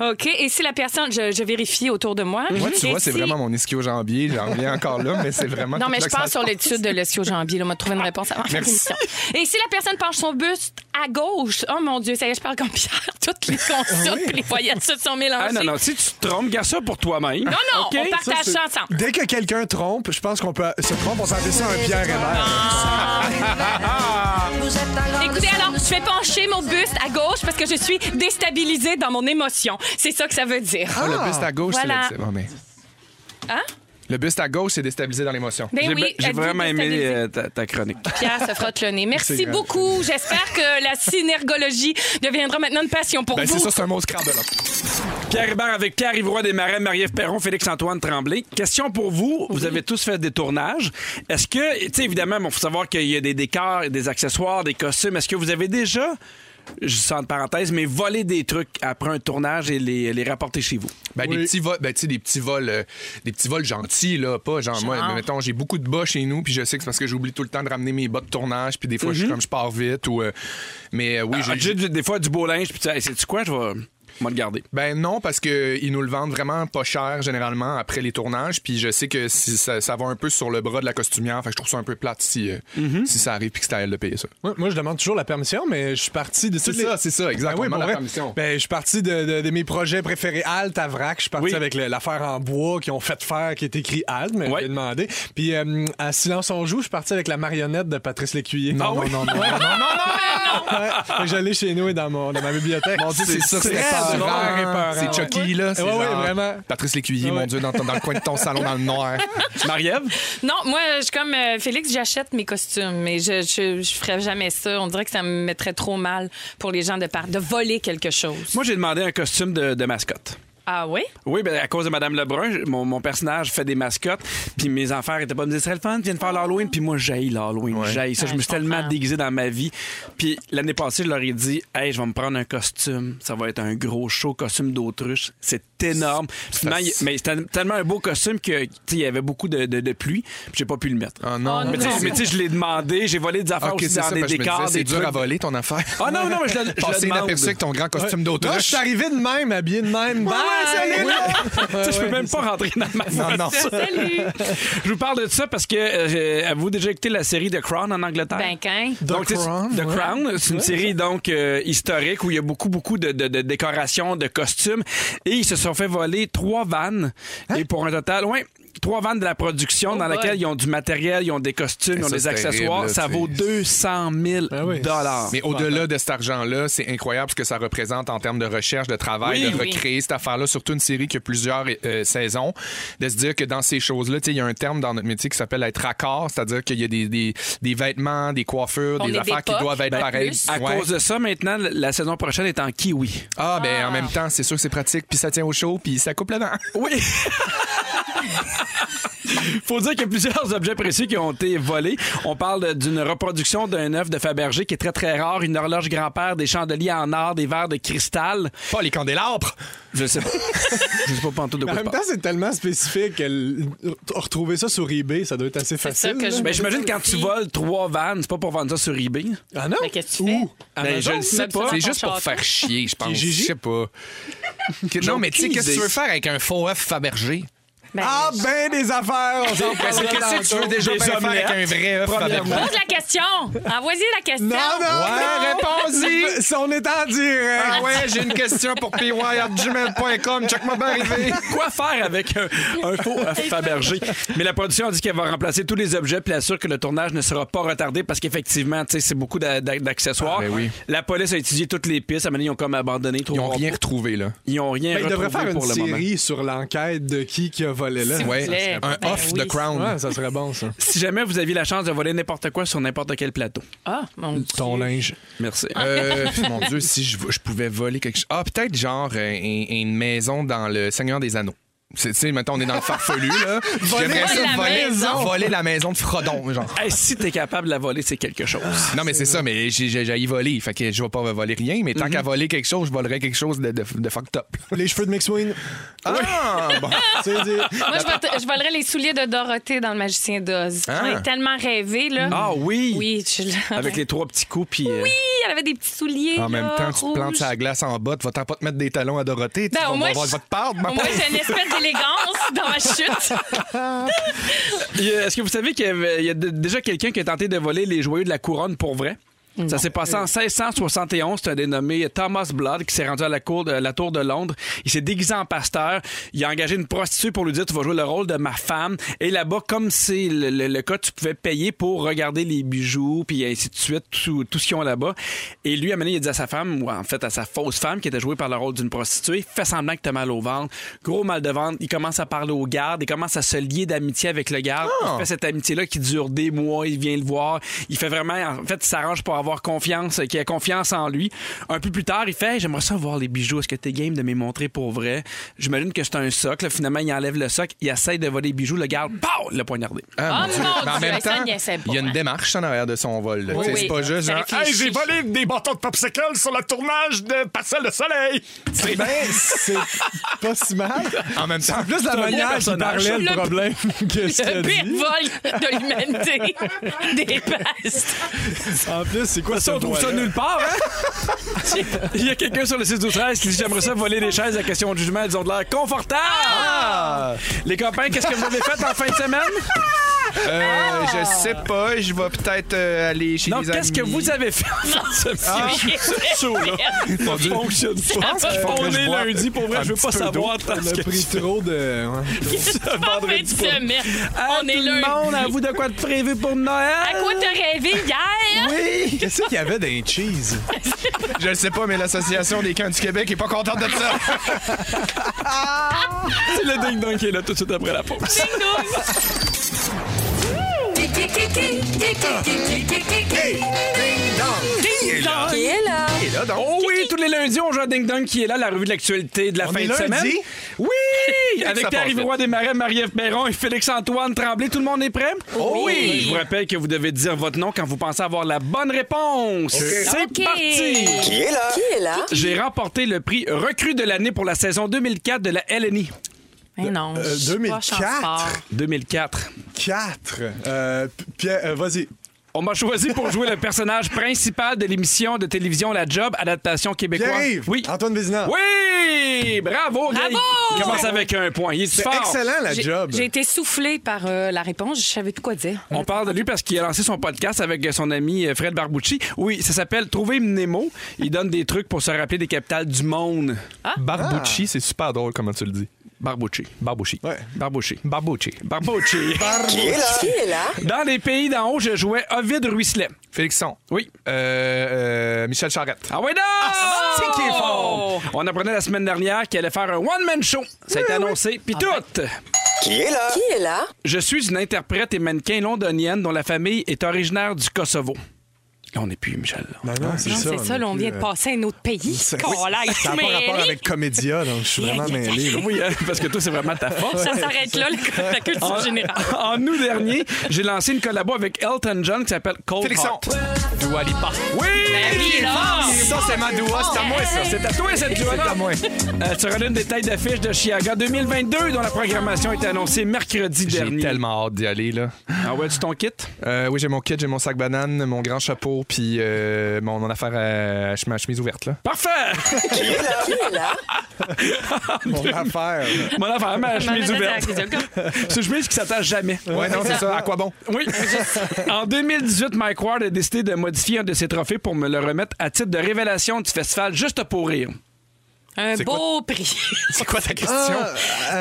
OK? Et si la personne... Je, je vérifie autour de moi.
Moi, tu
Et
vois, c'est
si-
vraiment mon ischio-jambier. J'en reviens encore là, mais c'est vraiment.
Non, mais
tout
je
là que ça
pense
se
sur
passe.
l'étude de Lessio Jambier. là. On m'a trouvé une réponse avant la
Merci.
l'émission. Et si la personne penche son buste à gauche, oh mon Dieu, ça y est, je parle comme Pierre. Toutes les consultes et les voyages se sont mélangées.
Ah non, non, si tu te trompes, garde ça pour toi-même.
Non, non,
OK?
on partage ça ensemble.
Dès que quelqu'un trompe, je pense qu'on peut se trompe, on s'appelle ça un Pierre Hébert.
Écoutez, alors, je vais pencher mon buste à gauche parce que je suis déstabilisée dans mon émotion. C'est ça que ça veut dire.
Ah, le buste à gauche,
Voilà.
c'est le. Bon, mais...
Hein?
Le buste à gauche, c'est déstabilisé dans l'émotion.
Ben
J'ai-
oui,
J'ai
elle dit
vraiment aimé
déstabilisée.
euh, ta, ta chronique.
Pierre se frotte le nez. Merci
grave.
beaucoup. J'espère que la synergologie deviendra maintenant une passion pour
Ben,
vous.
c'est ça, c'est un mot scrabble, là.
Pierre Hébert avec Pierre Ivroy Desmarais, Marie-Ève Perron, Félix-Antoine Tremblay. Question pour vous. Vous avez tous fait des tournages. Est-ce que, tu sais, évidemment, il faut savoir qu'il y a des décors, des accessoires, des costumes. Est-ce que vous avez déjà, je sens de parenthèse, mais volé des trucs après un tournage et les, les rapporter chez vous?
Ben, des
Oui.
petits vols, ben, tu sais, des petits vols, euh, des petits vols gentils, là, pas genre, moi, mettons, j'ai beaucoup de bas chez nous, puis je sais que c'est parce que j'oublie tout le temps de ramener mes bas de tournage, puis des
Mm-hmm.
fois, je suis comme, je pars vite, ou, euh, mais euh, oui,
Ah,
j'ai-
j'ai du- des fois du beau linge, puis tu sais, Hey, sais-tu quoi, je vais. On va le garder.
Ben non, parce qu'ils nous le vendent vraiment pas cher généralement après les tournages. Puis je sais que si ça, ça va un peu sur le bras de la costumière. Fait que je trouve ça un peu plate si, euh, si ça arrive puis que c'est à elle de payer ça.
Ouais, moi, je demande toujours la permission, mais je suis parti de
C'est
toutes les-
ça, c'est ça, exactement,
Ben oui, pour
la
vrai.
permission.
Ben, je suis parti de, de- de mes projets préférés, Alt, Avrac. Je suis parti
Oui.
avec le- l'affaire en bois qui ont fait faire, qui est écrit Alt, mais
Ouais.
j'ai demandé. Puis euh, à Silence on joue, je suis parti avec la marionnette de Patrice Lécuyer.
Ah oui?
non, non, non, non, non, non, Ouais. Fait que J'allais chez nous et dans, mon, dans ma bibliothèque.
Mon Dieu, c'est ça,
très
c'est épeurant.
drôle et épeurant,
C'est
ouais.
Chucky, là. c'est
Ouais, ouais,
genre
vraiment.
Patrice Lécuyer,
Ouais.
mon Dieu, dans, ton- dans le coin de ton salon, dans le noir.
Marie-Ève?
Non, moi, je suis comme euh, Félix, j'achète mes costumes, mais je, je, je ferais jamais ça. On dirait que ça me mettrait trop mal pour les gens de, par- de voler quelque chose.
Moi, j'ai demandé un costume de, de mascotte.
Ah oui?
Oui, ben, à cause de Madame Lebrun, j- mon, mon personnage fait des mascottes, puis mes enfants étaient pas me dire, c'est le fun, viens de faire l'Halloween, puis moi, j'haïs l'Halloween, j'haïs ça.
Ouais,
je me
je
suis tellement
comprends.
déguisé dans ma vie. Puis l'année passée, je leur ai dit, hey, je vais me prendre un costume, ça va être un gros show, costume d'autruche. C'est énorme. Finalement, il- mais c'était tellement un beau costume que, tu sais, il y avait beaucoup de, de- de pluie, puis j'ai pas pu le mettre.
Oh non. Ah,
Oh
Mais tu sais, mais tu sais, je l'ai demandé, j'ai volé des affaires
Ok,
Ah, aussi
c'est
dans
ça,
des
parce que je me
décors, des
disais, c'est dur
trucs.
à voler ton affaire.
Ah non, non, mais je le, je le
Passer
demande.
inaperçu avec ton grand costume
Moi, je
d'autruche.
suis arrivé de même, habillé de même. Bye!
Tu sais, je peux même pas rentrer dans ma voiture.
non.
Salut!
Je vous parle de ça parce que euh, avez-vous déjà écouté la série The Crown en Angleterre?
ben, quand?
The
Donc, c'est-
Crown,
The
ouais.
Crown, c'est une série donc euh, historique où il y a beaucoup, beaucoup de, de- de décorations, de costumes. Et ils se sont fait voler trois vannes.
Hein?
Et pour un total, ouais, trois vannes de la production dans
Oh boy.
laquelle ils ont du matériel, ils ont des costumes, ils ont
ça,
des
c'est
accessoires.
terrible,
ça
tu sais.
vaut 200 000
Ah oui.
dollars.
Mais au-delà de cet argent-là, c'est incroyable ce que ça représente en termes de recherche, de travail,
Oui.
de recréer cette affaire-là, surtout une série qui a plusieurs euh, saisons, de se dire que dans ces choses-là, tu sais, il y a un terme dans notre métier qui s'appelle être raccord, c'est-à-dire qu'il y a des, des- des vêtements, des coiffures,
On
des
est
affaires qui
d'époque,
doivent être
en
pareilles.
plus.
Ben, À
Ouais.
cause de ça, maintenant, la- la saison prochaine est en kiwi.
Ah, ben en même temps, c'est sûr que c'est pratique, puis ça tient au chaud, puis ça coupe le vent.
Oui. Faut dire qu'il y a plusieurs objets précieux qui ont été volés. On parle de- d'une reproduction d'un œuf de Fabergé qui est très très rare, une horloge grand-père, des chandeliers en or, des verres de cristal.
Pas les candélabres!
Je sais pas. je sais pas pantoute de
En
quoi je
même temps,
parle.
c'est tellement spécifique que l- retrouver ça sur eBay, ça doit être assez
ça
facile.
que je-
là.
Mais Ben, j'imagine quand tu
aussi.
voles trois vannes, c'est pas pour vendre ça sur eBay.
Ben,
Ah non?
Mais qu'est-ce que tu
Où?
fais?
Ben, je
Amazon?
le sais
Absolument.
pas.
C'est
ton
juste pour
château.
faire chier, je pense.
Gigi?
Je sais pas. Que- non, mais tu sais,
aucune
qu'est-ce que tu
idée.
veux faire avec un faux œuf Fabergé?
Ben,
Ah ben des
Ah,
affaires, on s'en
Parce que
parlera
qu'est-ce que tu veux
tantôt.
déjà
Des
bien faire avec un
omelettes,
vrai œuf Fabergé?
Pose la question! Envoyez la question!
Non, non,
Ouais,
non.
réponds-y.
Si on est en direct.
Ah ouais, j'ai une question pour pyatgmail.com. Check-moi bien arrivé.
Quoi faire avec un, un faux œuf Fabergé? Mais la production a dit qu'elle va remplacer tous les objets puis elle assure que le tournage ne sera pas retardé parce qu'effectivement, tu sais, c'est beaucoup d'a- d'a- d'accessoires.
Ah, ben oui.
La police a étudié toutes les pistes. À un moment donné, ils ont comme abandonné.
Ils ont
trouveront
rien
pas.
retrouvé, là.
Ils ont rien
Ben, il devrait
retrouvé
faire une
pour le moment.
série sur l'enquête de qui qui a volé là.
Ouais,
plaît.
un
Ben
off
oui.
the crown.
Ouais, ça serait bon ça.
Si jamais vous aviez la chance de voler n'importe quoi sur n'importe quel plateau.
Ah, mon Dieu.
Ton linge.
Merci.
Euh, mon Dieu, si je, je pouvais voler quelque chose. Ah, peut-être genre euh, un- une maison dans le Seigneur des Anneaux. C'est- Tu sais, maintenant on est dans le farfelu, là. J'aimerais ça
la
voler,
maison.
voler la maison de Frodon, genre.
Hey, si t'es capable de la voler, c'est quelque chose.
Non, mais c'est ça, mais j'ai- j'ai j'ai volé. Fait que je vais pas voler rien, mais tant qu'à voler quelque chose, je volerais quelque chose de, de, de fucked up.
Les cheveux de McSween.
Ah, bon.
C'est dit.
Moi, je, vote- je volerais les souliers de Dorothée dans le Magicien d'Oz.
Ah.
J'en ai tellement rêvé, là.
Ah oui!
Oui, je...
Avec les trois petits coups, puis... euh,
elle avait des petits souliers.
En même
là,
temps, tu te plantes
rouges.
sa glace en bas, tu vas t'en pas te mettre des talons à Dorothée, tu
Ben,
vas
au moins,
avoir
je-
votre part, ma
Au moins, j'ai une espèce d'élégance dans ma chute.
Il y a- Est-ce que vous savez qu'il y avait- il y a de- déjà quelqu'un qui a tenté de voler les joyeux de la couronne pour vrai? Ça s'est passé en 1671. C'est un dénommé Thomas Blood qui s'est rendu à la, cour de, la tour de Londres. Il s'est déguisé en pasteur. Il a engagé une prostituée pour lui dire Tu vas jouer le rôle de ma femme. Et là-bas, comme c'est le, le- le cas, tu pouvais payer pour regarder les bijoux, puis ainsi de suite, tout, tout ce qu'ils ont là-bas. Et lui, à un moment donné, il a dit à sa femme, ou en fait à sa fausse femme qui était jouée par le rôle d'une prostituée Fais semblant que t'as mal au ventre. Gros mal de ventre. Il commence à parler au garde. Il commence à se lier d'amitié avec le garde. Il fait cette amitié-là qui dure des mois. Il vient le voir. Il fait vraiment. En fait, il s'arrange pour avoir confiance, qu'il ait confiance en lui. Un peu plus tard, il fait Hey, J'aimerais ça voir les bijoux. Est-ce que t'es game de me les montrer pour vrai J'imagine que c'est un socle. Finalement, il enlève le socle. Il essaie de voler les bijoux. Le garde, pow, le poignardé.
Ah, mon Dieu,
Mais en même
ça,
temps,
il y a sympa,
il y a une
hein.
démarche en arrière de son vol. là. Tu
Oui,
sais,
oui.
C'est pas juste
Ça
genre,
réfléchit.
Hey, j'ai volé des bâtons de popsicle sur le tournage de Pastel de Soleil. C'est
Ben c'est pas si mal.
en même temps,
Plus la
un beau
manière qu'il
personnage.
parlait le
Le-
problème que ce
Le
qu'elle
pire
dit.
vol de l'humanité des pastes.
En plus, c'est quoi
Ça, on
ce
trouve ça
doigt-là?
nulle part, hein? Il y a quelqu'un sur le 6 12 13 qui dit J'aimerais ça voler les chaises à question de jugement. Ils ont de l'air confortables. Les copains, qu'est-ce que vous avez fait en fin de semaine?
Ah!
Euh, je sais pas, je vais peut-être euh, aller chez
Non,
les
qu'est-ce que vous avez fait en fin de semaine?
Chaud, là.
Mon Dieu.
fonctionne pas.
pense qu'il faut que
On
je
est
boive
lundi, pour vrai,
un
je veux
petit
pas
peu
savoir tant
On
ce
a
que
pris trop de. ouais.
vendredi
Fin de semaine.
Ah,
On est
tout
lundi.
le monde, à vous de quoi de prévu pour
À
Noël?
quoi t'as rêvé hier?
Oui!
Qu'est-ce qu'il y avait dans les cheese?
Je le sais pas, mais l'Association des camps du Québec est pas contente de ça.
C'est le ding-dong qui est là tout de suite après la pause.
Ah.
Qui est là?
Oh oui, tous les lundis, on joue à Ding Dong qui est là, la revue de l'actualité de la fin
est
de semaine.
lundi?
Oui!
Ça
Avec
passe
Pierre-Yves
vite.
Roy Desmarais, Marie-Ève Perron et Félix-Antoine Tremblay. Tout le monde est prêt?
Oh
oui! Je vous rappelle que vous devez dire votre nom quand vous pensez avoir la bonne réponse. C'est
Ok.
parti!
Qui est là?
J'ai remporté le prix recrue de l'année pour la saison 2004 de la LNI.
Mais non,
euh,
je suis pas
2004.
chansport.
2004.
4. Euh, Pierre, euh, vas-y.
On m'a choisi pour jouer le personnage principal de l'émission de télévision La Job, adaptation québécoise.
Pierre-Yves.
Oui.
Antoine Vézina.
Oui! Bravo! Guy.
Bravo!
Il commence avec un point. Il est
C'est
fort.
excellent, la
J'ai-
job.
J'ai été soufflée par euh, la réponse. Je savais plus quoi dire.
On parle de lui parce qu'il a lancé son podcast avec son ami euh, Fred Barbucci. Oui, ça s'appelle Trouver Mnemo. Il donne des trucs pour se rappeler des capitales du monde.
Barbucci, c'est super drôle comment tu le dis.
Barbucci. Barbucci.
Ouais.
Barbucci.
Barbucci.
Barbucci.
Qui est là?
Dans les pays d'en haut, je jouais Ovid Ruisselet.
Félixon.
Oui.
Euh, euh, Michel Charette.
Ah ouais, non! c'est qui est fort! On apprenait la semaine dernière qu'il allait faire un one-man show. Ça a été annoncé. Puis tout!
Qui est là?
Je suis une interprète et mannequin londonienne dont la famille est originaire du Kosovo. Là, on n'est plus, Michel. là.
Ben Non,
Ah,
non, c'est
Non, c'est
on
ça,
a
là, on
plus,
vient de
euh,
passer à un autre pays.
Ça n'a
Colasse,
pas
mêlée.
rapport avec Comédia, donc je suis vraiment mêlé. là.
Oui, hein, parce que toi, c'est vraiment ta force.
Ça s'arrête là, la la culture générale.
En août dernier, j'ai lancé une collabo avec Elton John qui s'appelle Cold
Félixon.
Heart. Ben Oui!
Ça, c'est Madoua, c'est à moi, ça.
C'est à toi, cette Johanna.
C'est à moi.
Euh, tu relunes des têtes d'affiche de Chiaga 2022 dont la programmation est annoncée mercredi
J'ai
dernier.
tellement hâte d'y aller, là.
Ah ouais, tu t'en quittes?
Euh, oui, j'ai mon kit, j'ai mon sac banane, mon grand chapeau, puis euh, mon, mon affaire à, à ma chemise ouverte, là.
Parfait!
Qui est là?
Mon affaire. là.
Mon affaire, ma chemise ouverte. C'est une chemise qui s'attache jamais.
Ouais, non, c'est ça. À quoi bon?
Oui. en 2018, Mike Ward a décidé de modifier un de ses trophées pour me le remettre à titre de révélation du festival Juste pour rire.
Un beau prix.
C'est quoi ta question?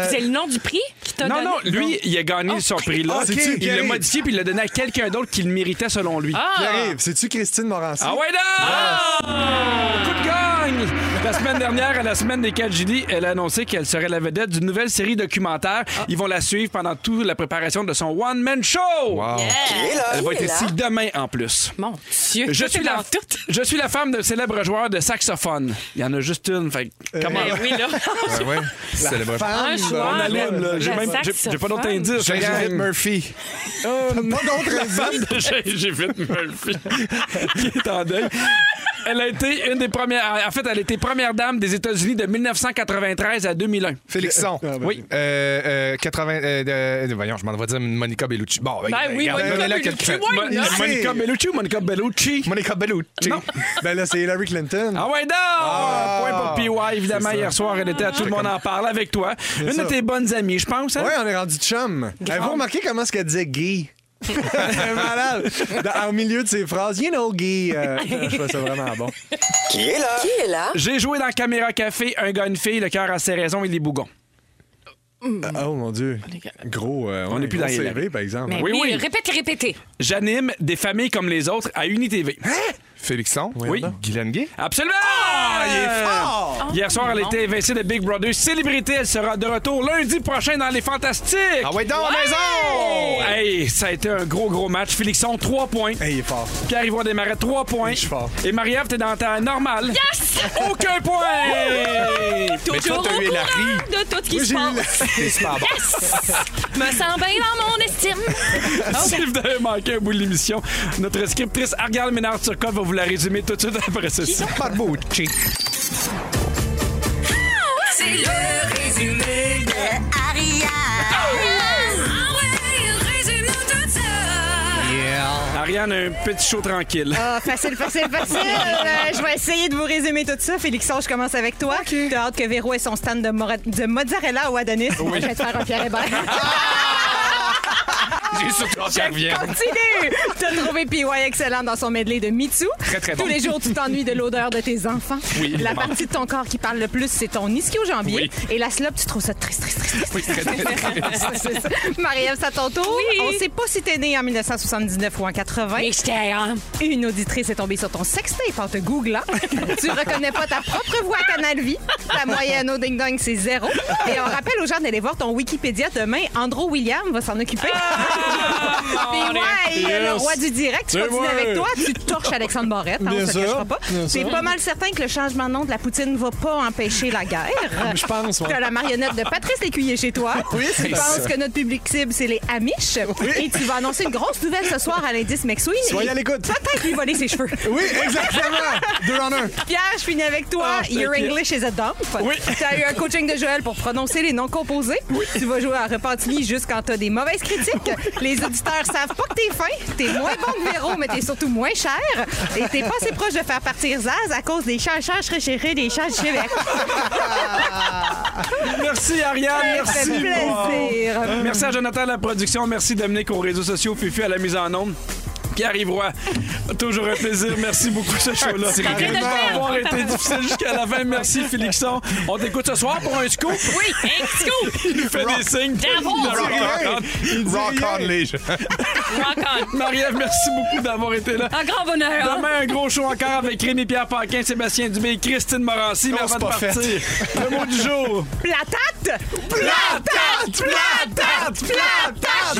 C'est le nom du prix qui t'a
Non,
donné?
non, lui, il a gagné son prix-là.
Ah, c'est-tu
il l'a
Pierre-Yves?
modifié puis il l'a donné à quelqu'un d'autre qui le méritait selon lui. Ah,
Qui arrive? C'est-tu Christine Morancy?
ouais,
Ah.
non! Coup de gagne! La semaine dernière, à la semaine des 4 juillet, elle a annoncé qu'elle serait la vedette d'une nouvelle série documentaire.
Ah.
Ils vont la suivre pendant toute la préparation de son one-man show!
Wow.
Elle va être
est là?
ici demain en plus.
Mon Dieu,
Je suis, la, je suis la femme d'un célèbre joueur de saxophone. Il y en a juste une, fait que-
Euh,
comment?
Mais ben oui, là.
Ah Ouais, ouais. C'est le bref.
Un
Femme,
joueur. Ah,
là,
Allume, là. J'ai
le
même- j'ai- j'ai pas d'autres
saxophone.
indices.
J'ai
Regarde.
Murphy.
Pas d'autres raisons.
J'ai vite Murphy qui est en deuil. Elle a été une des premières. En fait, elle a été première dame des États-Unis de 1993 à 2001.
Félixon.
Ah, ben,
oui. Euh, euh, 80. euh, euh, voyons, je m'en vais dire Monica Bellucci. Bon, ben,
oui,
regarde,
Monica
donnez-la
Bellucci,
quelques-
ouais,
Mon-
non.
Merci.
Monica Bellucci ou Monica Bellucci?
Monica Bellucci.
Ben là, c'est Hillary Clinton.
Ah ouais, non! Point pour PY, évidemment. Hier soir, elle était à tout le monde en parle avec toi. Une
ça.
de tes bonnes amies, je pense. hein?
Ouais, on est rendu chum. Avez-vous remarqué comment ce qu'elle disait gay? malade. Dans- au milieu de ses phrases, you know gay. euh, je trouve ça vraiment bon.
Qui est là?
J'ai joué dans Caméra Café, un gars, une fille, le cœur à ses raisons et les bougons.
Ah, Oh mon Dieu. Gros. euh, ouais,
est plus
gros
dans Hillary.
CV, par exemple.
Mais
Oui,
oui,
oui.
répète, répétez.
J'anime des familles comme les autres à UniTV.
Félixon.
Oui.
Guylaine Gay.
Absolument!
Ah, fort!
Hier soir, elle
Ah,
était évincée de Big Brother Célébrité. Elle sera de retour lundi prochain dans Les Fantastiques.
Ah ouais, dans la maison!
Hey, ça a été un gros, gros match. Félixon, 3 points.
Hey, il est fort.
Pierre Yvon Desmarais, 3 points.
Je suis fort.
Et Marie-Ève, t'es dans ta normale. Yes! Aucun point!
Mais toi,
Toujours
t'as
au
eu la
courant
rie.
de tout ce qui se
Oui, j'ai eu
passe.
T'es super bon.
Me sens bien dans mon estime.
Si vous avez manqué un bout de l'émission, notre scriptrice Argyle Ménard-Turcotte va vous la résumer tout de suite après ceci.
Barbucci.
C'est le résumé de Ariane. Ah ouais, résume-nous tout ça.
Yeah.
Ariane, un petit show tranquille.
Ah, facile, facile, facile. Euh, je vais essayer de vous résumer tout ça. Félixon, je commence avec toi. T'as hâte que Véro ait son stand de, mora- de mozzarella au Adonis. Moi, je vais te faire un Pierre Hébert.
J'ai surtout hâte qu'elle revienne.
Continue! T'as trouvé PY excellent dans son medley de MeToo.
Très, très
Tous
bon.
les jours, tu t'ennuies de l'odeur de tes enfants.
Oui,
La
évidemment.
partie de ton corps qui parle le plus, c'est ton ischio-jambier.
Oui.
Et la slope, tu trouves ça triste, triste, triste.
Oui, très, très, très.
C'est ça. Marie-Ève, c'est à ton tour.
Oui.
On sait pas si t'es née en 1979 ou en 80.
Mais j'étais hein. en-
Une auditrice est tombée sur ton sextape en te googlant. tu reconnais pas ta propre voix à Canal Vie. Ta moyenne au ding-dong, c'est zéro. Et on rappelle aux gens d'aller voir ton Wikipédia demain. Andrew William va s'en occuper. Puis ouais,
Ah, Yes.
le roi du direct, tu
C'est
continues
moi.
avec toi. Tu torches Alexandre Barrette, hein, on
Bien
se
sûr.
le cachera pas.
Bien
C'est
sûr.
pas mal certain que le changement de nom de la poutine ne va pas empêcher la guerre.
Je pense, ouais.
T'as la marionnette de Patrice Lécuyer chez toi.
Oui, c'est
Je
ça.
pense que notre public cible, c'est les Amish. Et tu vas annoncer une grosse nouvelle ce soir à l'indice McSween.
Soyez à
Et
l'écoute.
Peut-être lui voler ses cheveux.
Oui, exactement. Deux en un.
Pierre, je finis avec toi.
Ah, c'est
Your
ok.
English is a dump.
Oui.
Tu as eu un coaching de Joël pour prononcer les noms composés. Tu vas jouer à Repentigny juste quand tu as des mauvaises critiques. Les auditeurs savent pas que t'es fin. T'es moins bon que Véro, mais t'es surtout moins cher. Et t'es pas assez proche de faire partir Zaz à cause des chachas réchérés des chats du Québec.
Merci Ariane,
Ça fait
merci.
plaisir.
Wow. Merci à Jonathan à la production, merci Dominique aux réseaux sociaux, Fufu à la mise en ombre. Pierre Ivroy, toujours un plaisir. Merci beaucoup ce show-là.
petit
Après
rire.
avoir été difficile jusqu'à la fin, merci Félixon. On t'écoute ce soir pour un scoop.
Oui, un scoop!
Il nous fait des signes.
Bravo.
De rock, rock, rock.
Rock on, les gens.
Rock on.
Marie-Ève, merci beaucoup d'avoir été là.
Un grand bonheur. hein?
Demain, un gros show encore avec Rémi-Pierre Paquin, Sébastien Dubé, Christine Morancy. Mais
Non,
avant
c'est
de
pas fait.
partir, le mot du jour.
Platate!
Platate, platate, platate.